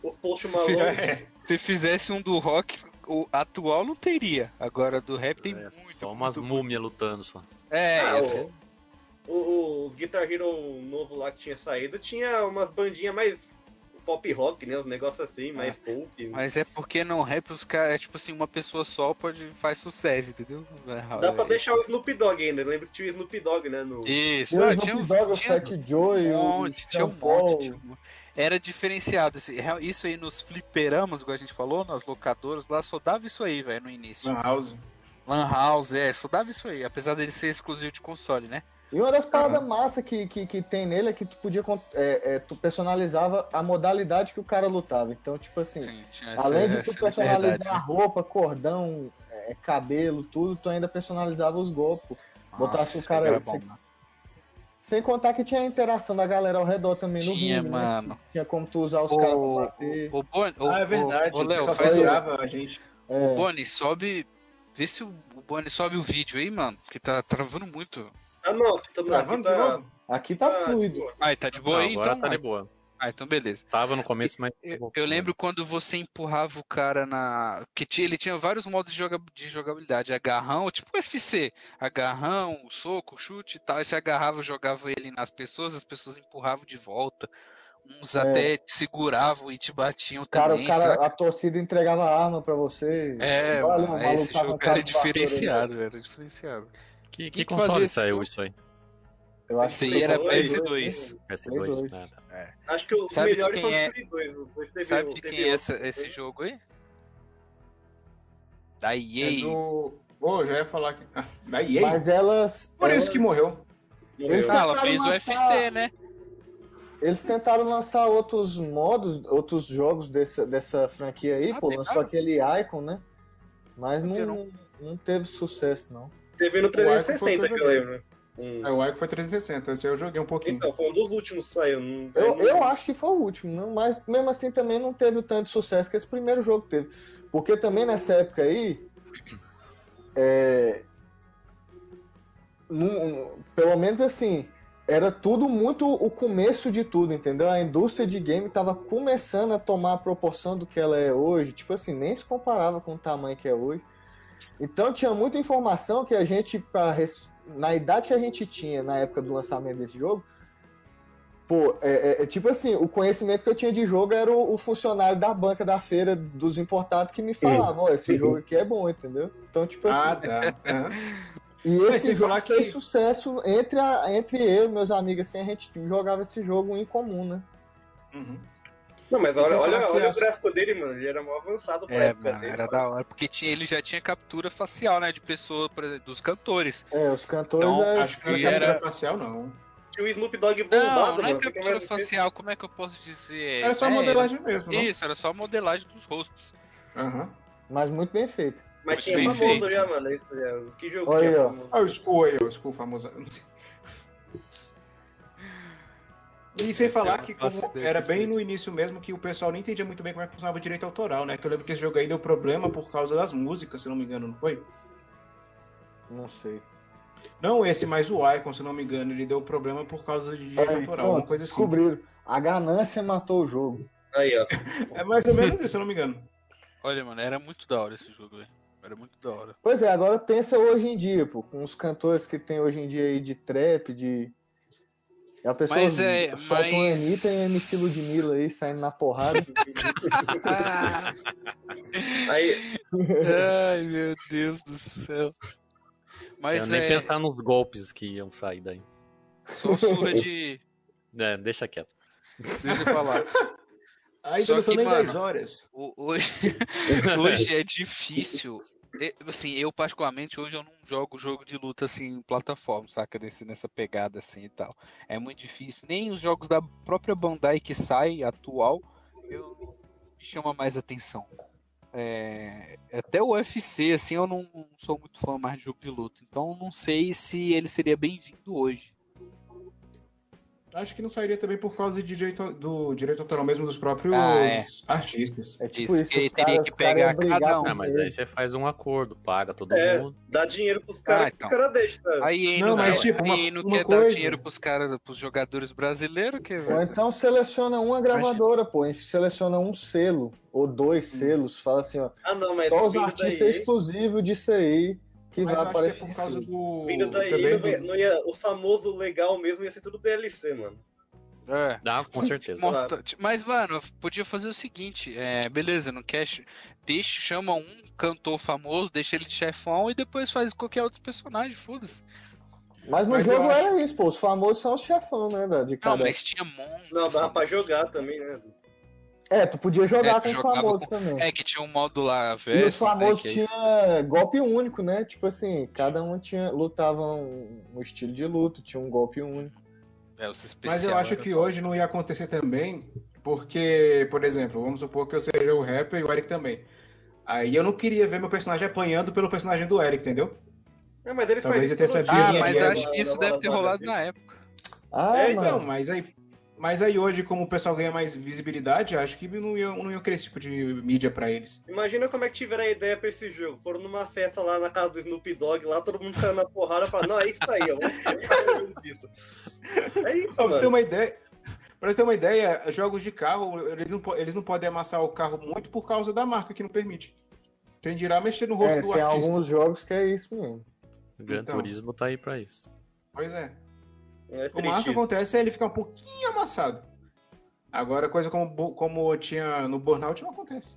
G: O
E: <laughs>
G: Post
E: É
G: Malone.
B: É,
E: Se fizesse um do rock, o atual não teria. Agora do rap tem
D: É,
E: muito.
D: só umas
E: muito-
D: múmias lutando só.
E: É,
G: Ah,
E: esse-
G: o, o, o Guitar Hero novo lá que tinha saído tinha umas bandinhas mais pop rock, né? Uns negócios assim, mais folk.
E: Ah. mas é porque no rap os caras. É tipo assim, uma pessoa só pode, faz sucesso, entendeu? é
G: Dá pra deixar o Snoop Dogg ainda. Lembra que tinha o Snoop Dogg, né? No...
E: Isso,
F: Tinha o
E: Ah, tinha,
F: Snoop Dogg, o
E: tinha-
F: Fat Joe,
E: um
F: o
E: monte, tinha um
F: Sean Paul.
E: monte. tinha um monte. Era diferenciado. esse- real- Isso aí nos fliperamas, igual a gente falou, nas locadoras lá, só dava isso aí, velho, no início.
B: Lan House.
E: Lan House, é, só dava isso aí. Apesar dele ser exclusivo de console, né?
F: E uma das paradas massa que, que, que tem nele é que tu podia con- é, é, tu personalizava a modalidade que o cara lutava. Então, tipo assim,
E: Sim, tinha
F: Além de tu personalizar
E: liberdade,
F: a
E: é né?
F: roupa, cordão, é, cabelo, tudo, tu ainda personalizava os golpes. botasse
E: Nossa,
F: o cara-
E: era
F: você-
E: bom, mano.
F: Sem contar que tinha a interação da galera ao redor também no
E: Tinha,
F: ringue, né?
E: mano.
F: Tinha como tu usar os
E: O-
F: caras pra bater.
E: O Boni, o,
B: Ah, é verdade.
E: o, o Léo,
B: só
E: faz o,
B: censurava a gente.
E: o
F: É,
E: Boni, sobe. Vê se o, o Boni sobe o vídeo aí, mano. Porque tá travando muito.
G: Ah, não, aqui tá, aqui
B: Travando de
G: tá,
B: novo?
F: aqui tá
G: tá-
F: fluido.
E: Ai, tá de boa
D: Não,
E: aí,
D: agora
E: então?
D: tá de
E: Ah,
D: boa.
E: Ah, então beleza.
D: Tava no começo, mas.
E: Eu, eu lembro quando você empurrava o cara na. Que ti- ele tinha vários modos de, joga- de jogabilidade. Agarrão, tipo UFC. Agarrão, soco, chute e tal. E você agarrava, jogava ele nas pessoas, as pessoas empurravam de volta. Uns
F: É.
E: até te seguravam e te batiam
F: Cara,
E: também.
F: o cara,
E: saca?
F: a torcida entregava a arma pra você.
E: É,
F: Olha,
E: mano,
F: o maluco
E: esse
F: tá com
E: jogo
F: cara
E: era
F: de vassoura aí.
E: diferenciado, era diferenciado.
D: Que, que
E: que
D: console
E: fazia esse
D: saiu
E: jogo?
D: isso aí?
F: Eu acho
E: Esse
F: que
E: aí era
F: foi dois,
E: PS2.
F: né?
D: PS2.
F: Play dois.
D: Ah, tá.
G: Acho que os
E: Sabe de
G: melhores
E: quem
G: são os
E: é?
G: Play 2. Os dois teve,
E: Sabe de
G: teve
E: quem é
G: um-
E: essa- esse jogo aí? Da
B: É
E: EA.
B: do... Ô, já ia falar que... Ah, Da EA?
F: Mas elas.
B: Por
F: elas-
B: isso que morreu.
G: morreu.
F: Esse- tá-
E: Ah, ela
F: tentaram
E: fez o
F: lançar-
E: UFC, né?
F: Eles tentaram lançar outros modos, outros jogos dessa, dessa franquia aí,
E: Ah,
F: pô,
E: tentaram?
F: lançou aquele Icon, né? Mas não,
E: Virou.
F: não teve sucesso, não.
G: Teve no
B: foi o
G: 360
B: que eu
G: que eu lembro.
F: É,
G: Hum.
B: Aí É, o Ico foi 360, esse eu joguei um pouquinho.
G: Então, foi um dos últimos que saiu. não-
F: Eu, eu acho que foi o último, né? mas mesmo assim também não teve o tanto sucesso que esse primeiro jogo teve. Porque também nessa época aí. é, num- pelo menos assim, era tudo muito o começo de tudo, entendeu? A indústria de game tava começando a tomar a proporção do que ela é hoje. Tipo assim, nem se comparava com o tamanho que é hoje. Então tinha muita informação que a gente, pra res- na idade que a gente tinha na época do lançamento desse jogo, pô, é, é- é tipo assim, o conhecimento que eu tinha de jogo era o, o funcionário da banca da feira dos importados que me falava, ó, esse jogo aqui é bom, entendeu? Então, tipo assim.
B: Ah, tá. <laughs> Aham.
F: E
B: Mas
F: esse
B: sem
F: jogo
B: falar
F: fez
B: que-
F: sucesso entre, a- entre eu e meus amigos, assim, a gente jogava esse jogo em comum, né?
B: Uhum.
G: Não, mas
F: é
G: olha,
F: um
B: Sem
G: olha,
B: falar que
G: olha o
B: as-
G: gráfico dele, mano. Ele era mó avançado pra
E: É,
G: época
E: mano,
G: dele.
E: era da hora. Porque tinha, ele já tinha captura facial, né? De pessoa, por exemplo, dos cantores.
F: É, os cantores
E: Então,
F: é,
B: Acho que não
E: E
B: era captura
E: era-
B: facial, não.
G: Tinha o Snoop Dogg
E: Não,
G: bombado,
E: não é
G: mano.
E: captura
G: Você
E: facial, como é que eu posso dizer?
B: Era só
E: É,
B: modelagem mesmo, não?
E: Isso, era só modelagem dos rostos.
B: Aham.
F: mas muito bem feito.
G: Mas tinha
E: Sim,
G: famoso
E: sim,
G: já,
E: sim.
G: mano. Isso, já. Que jogo
F: Olha
G: que
F: aí,
G: é
F: ó.
G: famoso?
B: Ah, o Skull aí, ó, o Skull famoso. E sem
E: é um
B: falar que como
D: Nossa,
B: era
D: deve ser.
B: bem no início mesmo que o pessoal não entendia muito bem como é que funcionava o direito autoral, né? Que eu lembro que esse jogo aí deu problema por causa das músicas, se não me engano, não foi?
F: Não sei.
B: Não esse, mas o Icon, se não me engano, ele deu problema por causa de
E: é
B: direito
F: Aí,
B: autoral,
F: É, pronto,
B: uma coisa assim.
F: Descobriram. A ganância matou o jogo.
G: Aí, ó.
B: É mais ou menos isso, se não me engano.
E: Olha, mano, era muito da hora esse jogo, velho. Era muito da <laughs> hora.
F: Pois é, agora pensa hoje em dia, pô, com os cantores que tem hoje em dia aí de trap, de. A pessoa
E: Mas é-
F: solta um
E: mas-
F: Anitta e MC Ludmilla aí saindo
E: <laughs>
F: na porrada.
G: Aí,
E: Ai, meu Deus do céu.
D: Eu
E: Mas
D: nem
E: é
D: pensar nos golpes que iam sair daí.
E: só surra de.
D: É, deixa quieto.
E: Deixa eu falar.
B: Aí
E: Só
B: começou
E: que,
B: nem
E: mano,
B: 10 horas.
E: O- <laughs> Hoje, hoje é difícil. E, Assim, eu particularmente hoje eu não jogo jogo de luta assim em plataforma, saca? Desse, nessa pegada assim e tal. É muito difícil. Nem os jogos da própria Bandai que sai, atual, eu, me chama mais atenção. É, até o UFC, assim, eu não sou muito fã mais de jogo de luta. Então não sei se ele seria bem-vindo hoje.
B: Acho que não sairia também por causa de direito, do direito autoral mesmo dos próprios
E: Ah, é.
B: artistas.
F: É tipo
E: Isso,
F: isso.
E: que
F: os
E: ele teria
F: caras-
E: que
F: os caras
E: pegar
F: iam brigar
E: cada um.
F: por
D: Ah, mas
F: ele.
D: aí você faz um acordo, paga todo
G: É.
D: mundo.
G: dá dinheiro pros
E: Ah,
G: caras, que
E: então.
G: os caras deixam. Tá?
E: Aí ele
B: Não,
E: não,
B: mas,
E: quer,
B: tipo, uma-
E: aí não
B: uma
E: quer dar
B: coisa-
E: dinheiro pros caras, pros jogadores brasileiros, que
F: Ou
E: vai
F: então seleciona uma gravadora, pô, e seleciona um selo, ou dois selos, fala assim, ó,
G: Ah, não, mas
F: só os
G: vindo
F: artistas
G: daí-
F: exclusivos disso aí que
B: Mas
F: vai
B: eu acho que é
F: aparecer.
B: por causa do.
G: Vindo daí,
B: também
F: né?
G: não
B: do-
G: ia, não ia- o famoso legal mesmo ia ser tudo DLC, mano.
E: É.
D: Dá, Ah, com certeza.
G: Então.
E: Morta- Mas, mano, podia fazer o seguinte: é, beleza, no cash, deixa, chama um cantor famoso, deixa ele de chefão e depois faz qualquer outro personagem, foda-se.
F: Mas no
B: Mas eu
F: jogo
B: acho-
F: era isso, pô, os famosos são os chefão, né, da- de
E: Não,
F: cada...
E: mas tinha muito.
G: Não, dava
E: famoso.
G: pra jogar também, né?
F: É, tu podia
E: É,
F: jogar
E: tu
F: com os
E: jogava com-
F: famosos também.
E: É que tinha um modo lá,
F: E
E: velho.
F: os famosos
D: né, que é isso.
F: tinha golpe único, né? Tipo assim, cada um tinha lutava um, um estilo de luta, tinha um golpe único.
E: É, os especiais.
B: Mas eu acho que hoje não ia acontecer também, porque, por exemplo, vamos supor que eu seja o rapper e o Eric também. Aí eu não queria ver meu personagem apanhando pelo personagem do Eric, entendeu?
G: É, mas eles
B: Talvez
G: fazem
B: até
G: isso todo
B: sabia,
E: Ah,
G: dia,
B: né,
E: mas
B: que
G: né,
B: era
E: acho
G: na-
E: que isso
G: na
E: deve ter
G: balada
E: rolado
F: né?
G: dele.
E: na época.
F: Ah,
B: é, então,
F: mano.
B: mas aí. Mas aí hoje, como o pessoal ganha mais visibilidade, acho que não ia, não ia criar esse tipo de mídia pra eles.
G: Imagina como é que tiveram a ideia pra esse jogo. Foram numa festa lá na casa do Snoop Dogg, lá todo mundo saiu na porrada e falaram, não, é isso aí, ó. vamos fazer um jogo disso." É isso,
B: Pra você ter
G: mano.
B: uma ideia, pra você ter uma ideia, jogos de carro, eles não, po- eles não podem amassar o carro muito por causa da marca que não permite. Quem dirá mexer no rosto
F: É,
B: do
F: tem
B: artista.
F: alguns jogos que é isso mesmo.
D: O Gran
B: Então.
D: Turismo tá aí pra isso.
B: Pois é. O
G: É
B: máximo que
G: triste isso.
B: acontece é ele ficar um pouquinho amassado. Agora, coisa como, bu- como tinha no Burnout não acontece.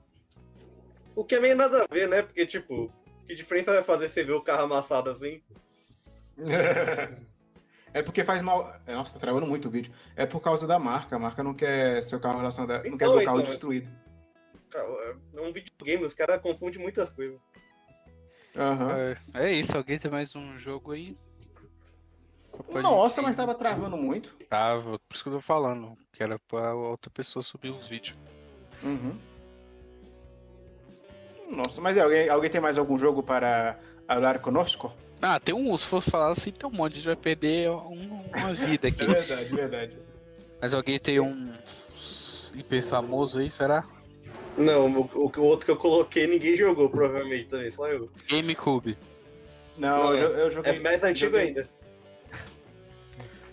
G: O que é meio nada a ver, né? Porque, tipo, que diferença vai fazer você ver o carro amassado assim?
B: é porque faz mal. é, Nossa, tá travando muito o vídeo. É por causa da marca. A marca não quer seu carro relacionado. não quer
G: Então,
B: ver o carro
G: então.
B: destruído.
G: Cara, É um videogame, os caras confundem muitas coisas.
B: Aham.
E: É, é isso, alguém tem mais um jogo aí? Depois
B: Nossa,
E: a
B: mas
E: gente
B: tava travando muito.
E: tava. Por isso que eu tô falando. Que era pra outra pessoa subir os vídeos.
B: Uhum. Nossa, mas é, alguém, alguém tem mais algum jogo para falar conosco?
E: Ah, tem um. Se fosse falar assim, tem um monte. A gente vai perder um- uma vida
G: <laughs>
E: aqui.
B: verdade, verdade.
E: Mas alguém tem um hiper famoso aí, será?
G: Não, o, o outro que eu coloquei ninguém jogou, provavelmente, também, só eu.
E: GameCube.
B: Não,
G: Não,
B: eu, eu
G: É
B: joguei.
G: mais antigo
B: joguei-
G: ainda.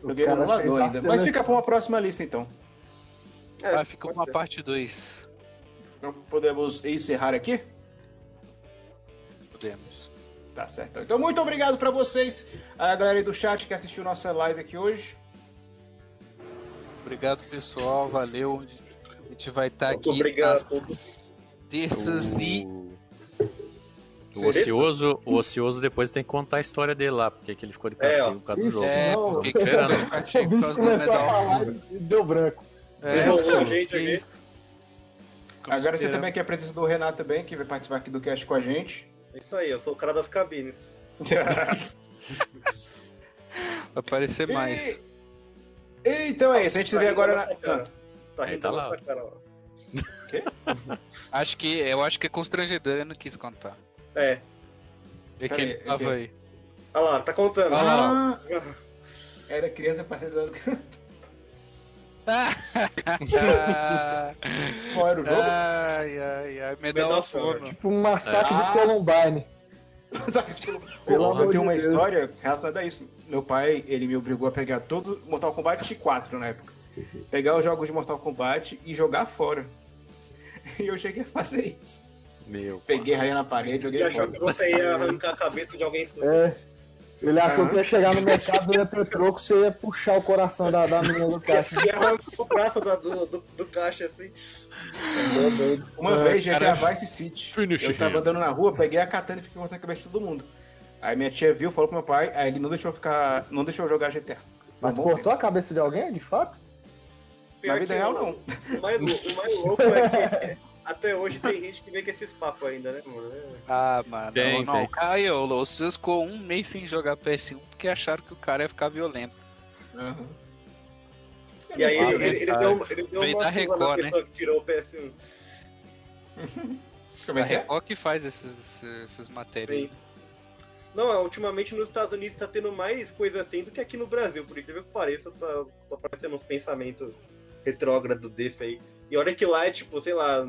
B: Joguei no
F: tá
B: emulador ainda. Mas fica pra uma próxima lista então.
G: É,
E: Ah, ficou
G: pode
E: uma
G: ser.
E: parte 2.
B: Então podemos encerrar aqui?
E: Podemos.
B: Tá certo. Então, muito obrigado pra vocês, a galera aí do chat que assistiu nossa live aqui hoje.
E: Obrigado, pessoal. Valeu. A gente vai estar
G: Muito
E: aqui
G: obrigado a
E: nas terças e
D: O- O
G: Você-
D: ocioso, o ocioso depois tem que contar a história dele lá, porque que ele ficou de
G: É, ó.
D: castigo por causa do jogo.
E: É,
F: Não.
E: porque querendo,
F: <laughs>
E: eu
F: O
E: achei por
F: bicho
E: causa da
F: começou a falar
E: medalha.
F: e deu branco.
E: É,
G: Não,
E: eu sei,
G: a gente
E: que
G: vê.
E: isso. é Ficamos
B: Agradecer
E: esperando.
B: também aqui a presença do Renato também, que vai participar aqui do cast com a gente. <laughs>
G: É Isso aí, eu sou o cara das cabines.
E: Vai aparecer mais.
B: E- então é isso, a gente se vê agora
G: na...
B: na.
G: cara. Tá rindo
D: tá
G: da
D: lá.
G: nossa cara, ó.
E: Acho que eu acho que é constrangedor, eu não quis contar.
G: É,
E: É que
B: Peraí,
E: ele tava aí.
G: olha lá, tá contando.
E: Olha lá.
B: Ah, era criança parceira do
E: Ah,
B: Qual era o
F: É.
B: jogo?
E: ai, ai, ai, medalha
G: Medal
E: fono.
F: Tipo um massacre
B: Ah.
F: de Columbine.
B: <laughs> Sabe, tipo,
F: Pelo
B: eu
F: amor de
B: tenho uma
F: Deus.
B: história relacionada a isso. Meu pai, ele me obrigou a pegar todo Mortal Kombat 4 na época. Pegar os jogos de Mortal Kombat e jogar fora. <laughs> E eu cheguei a fazer isso.
D: Meu.
B: Peguei raia na parede,
G: E
B: joguei
G: achou
B: fora.
G: que você ia arrancar a cabeça de alguém.
F: É. Ele achou
B: Aham.
F: que ia chegar no mercado, ia ter troco, você ia puxar o coração da, da menina do
G: <laughs>
F: caixa.
G: E arrancou o braço da- do, do, do caixa assim.
F: Meu Deus.
B: Uma
G: É,
F: Ah,
B: vez, GTA
E: cara.
B: Vice City. Eu tava andando na rua, peguei a katana e fiquei cortando a cabeça de todo mundo. Aí minha tia viu, falou pro meu pai, aí ele não deixou eu ficar. não deixou eu jogar GTA. Por um
F: Mas tu
B: bom
F: cortou a cabeça de alguém, de fato?
B: tempo. Na vida
G: que
B: real,
G: o-
B: não.
G: O mais, lou- o mais louco é que até hoje tem gente que vem com esses papos ainda, né, mano? É.
E: Ah, mano.
D: Tem,
E: não,
D: tem.
E: não. Caio, o Lucius ficou um mês sem jogar PS1 porque acharam que o cara ia ficar violento.
G: E aí
E: Ah,
G: ele, ele, ele
E: verdade.
G: deu, uma- ele deu
E: Veio
G: uma
E: da
G: surra
E: Record, né?
G: pessoa que tirou o assim, PS1.
B: Como é que é?
E: Qual que faz esses, essas matérias?
G: Sim. Não, é, ultimamente nos Estados Unidos tá tendo mais coisa assim do que aqui no Brasil, por incrível que pareça, tá, tá aparecendo uns pensamentos retrógrado desse aí. E olha que lá é tipo, sei lá,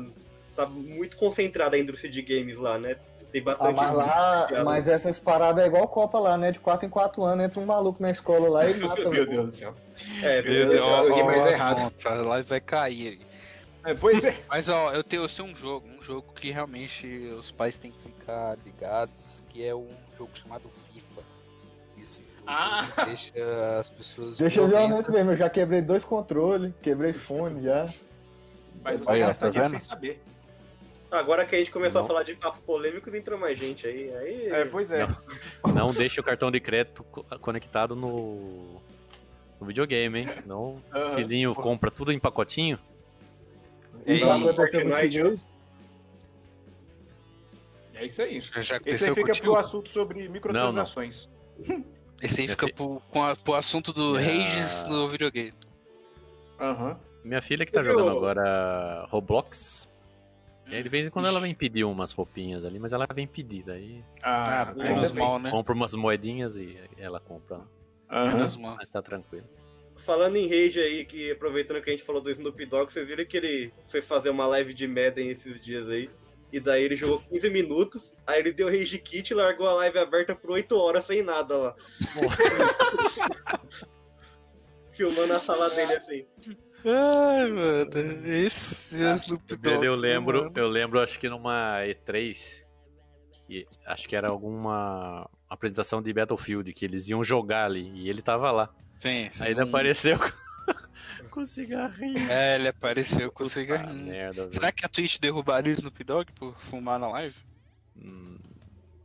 G: tá muito concentrada a indústria de games lá, né? Tem
F: Ah,
G: bastante.
F: mas lá, mas essas paradas é igual Copa lá, né? De 4 em 4 anos entra um maluco na escola lá e mata.
B: Meu Deus do céu.
G: É,
E: Meu
B: Deus,
E: Deus, ó,
B: alguém
E: ó,
B: mais
E: o
B: errado.
E: assunto, A live vai cair.
B: É, pois <laughs> é.
E: Mas ó, eu tenho, eu sei um jogo, um jogo que realmente os pais têm que ficar ligados, que é um jogo chamado FIFA. Esse jogo
B: Ah.
E: deixa as pessoas
F: Deixa eu ver
E: violentas.
F: muito mesmo, eu já quebrei dois controles, quebrei fone já.
B: Mas você
E: Aí, ó,
B: gasta
E: tá
B: dinheiro
E: vendo?
B: sem saber.
G: Agora que a gente começou
D: Não.
G: a falar de papos polêmicos, entrou mais gente aí. aí...
B: É, pois é.
D: Não deixe o cartão de crédito co- conectado no, no videogame, hein? Não,
G: Ah.
B: Aham.
D: filhinho compra tudo em pacotinho.
F: E
E: Ei,
F: já aconteceu
G: Fortnite.
F: contigo isso?
B: É isso aí.
E: Já, já
B: Esse aí
E: aconteceu
B: fica
E: contigo?
B: pro assunto sobre microtransações.
E: Esse aí
D: Minha
E: fica
D: fi-
E: pro, com a- pro assunto do
D: Ah.
E: Rages no videogame.
B: Aham.
D: Minha filha que tá
G: Viu?
D: jogando agora Roblox. E aí, de vez em quando ela vem pedir umas roupinhas ali, mas ela vem pedir, daí
E: Ah,
B: Ah, ainda
E: menos
B: bem.
E: mal, né?
D: compra umas moedinhas e ela compra.
B: Aham.
E: Menos mal.
D: Mas tá tranquilo.
G: Falando em rage aí, que aproveitando que a gente falou do Snoop Dogg, vocês viram que ele foi fazer uma live de Madden esses dias aí. E daí ele jogou 15 minutos, aí ele deu rage kit e largou a live aberta por 8 horas sem nada lá. Filmando a sala dele assim.
E: Ai, mano, esse é Snoop Dogg.
D: eu
E: né,
D: lembro,
E: mano?
D: eu lembro, acho que numa E3, que acho que era alguma apresentação de Battlefield, que eles iam jogar ali, e ele tava lá.
E: Sim, Hum. sim.
D: Aí ele apareceu com- <laughs> com cigarrinho.
E: É, ele apareceu com o cigarrinho.
D: Ah, merda, velho.
E: Será que a Twitch derrubaria o Snoop Dogg por fumar na live?
D: Hum,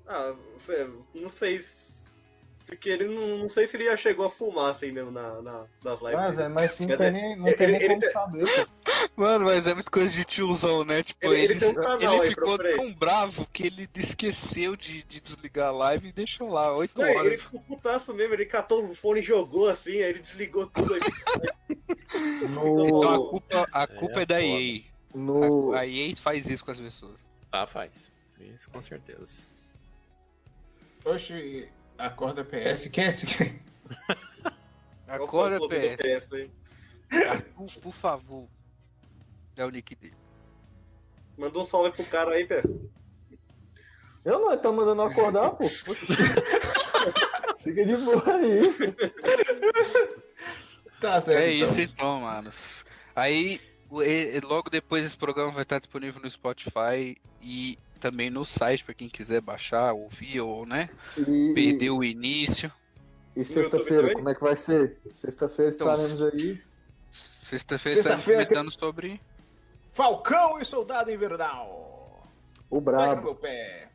G: Ah, cê- não sei. se- Porque ele não, não sei se ele já chegou a fumar assim mesmo na, na, nas lives.
F: Ah,
G: dele.
F: velho, mas não
G: Cadê?
F: tem nem, não
G: Ele-
F: tem nem
G: ele
F: como
G: tem-
F: saber. cara.
E: Mano, mas é muita coisa de tiozão, né? Tipo,
G: Ele-
E: ele,
G: ele tem um canal
E: ele
G: aí,
E: ficou
G: procura aí.
E: tão bravo que ele esqueceu de, de desligar a live e deixou lá, 8
G: Não, ele
E: é, horas.
G: ficou putaço mesmo, ele catou o fone e jogou assim, aí ele desligou tudo aí.
E: Então a
G: Ficou-
E: culpa, a culpa é, da
D: foda.
E: EA.
F: No,
E: A, a EA faz isso com as pessoas.
D: Ah, faz. Isso com certeza.
B: Oxi, acorda PS, quem é esse?
E: Acorda,
G: Ficou- ficou-
E: PS.
G: hein?
E: Por, por favor. Dá o link dele.
G: Mandou um salve pro cara aí, PS.
F: Eu não, tá mandando acordar, pô. Fica de boa aí.
B: Tá certo.
E: é
B: então.
E: isso então, manos. Aí, o- e- e logo depois esse programa vai estar disponível no Spotify e também no site pra quem quiser baixar, ouvir ou, né?
F: E,
E: Perdeu o início.
F: e sexta-feira, como é que vai ser? Sexta-feira
E: Então,
F: estaremos aí.
E: Sexta-feira estamos
B: Sexta-feira tem-
E: comentando sobre.
B: Falcão e Soldado Invernal.
F: O
B: Pega no
F: Brabo.
B: meu pé.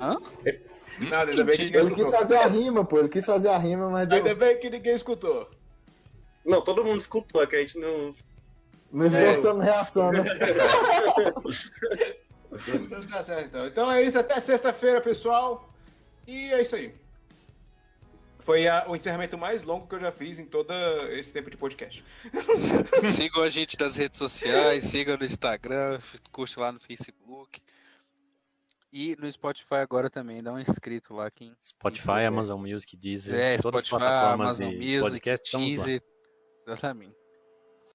E: Hã?
B: <laughs> Nada, ainda bem que ninguém
F: Ele quis
B: escutou.
F: fazer a rima, pô. Ele quis fazer a rima, mas deu-
B: Ainda bem que ninguém escutou.
G: Não, todo mundo escutou, é que a gente não.
F: não esboçamos reação, né?
B: Então tá certo, então. Então é isso, até sexta-feira, pessoal. E é isso aí. Foi a- o encerramento mais longo que eu já fiz em todo esse tempo de podcast.
E: Sigam a gente nas redes sociais, sigam no Instagram, curte lá no Facebook. E no Spotify agora também, dá um inscrito lá quem.
D: Spotify, Amazon Music, Deezer,
E: É,
D: todas as
E: Spotify,
D: plataformas
E: Amazon
D: de
E: Music,
D: podcast, estamos lá.
E: Deezer. Exatamente.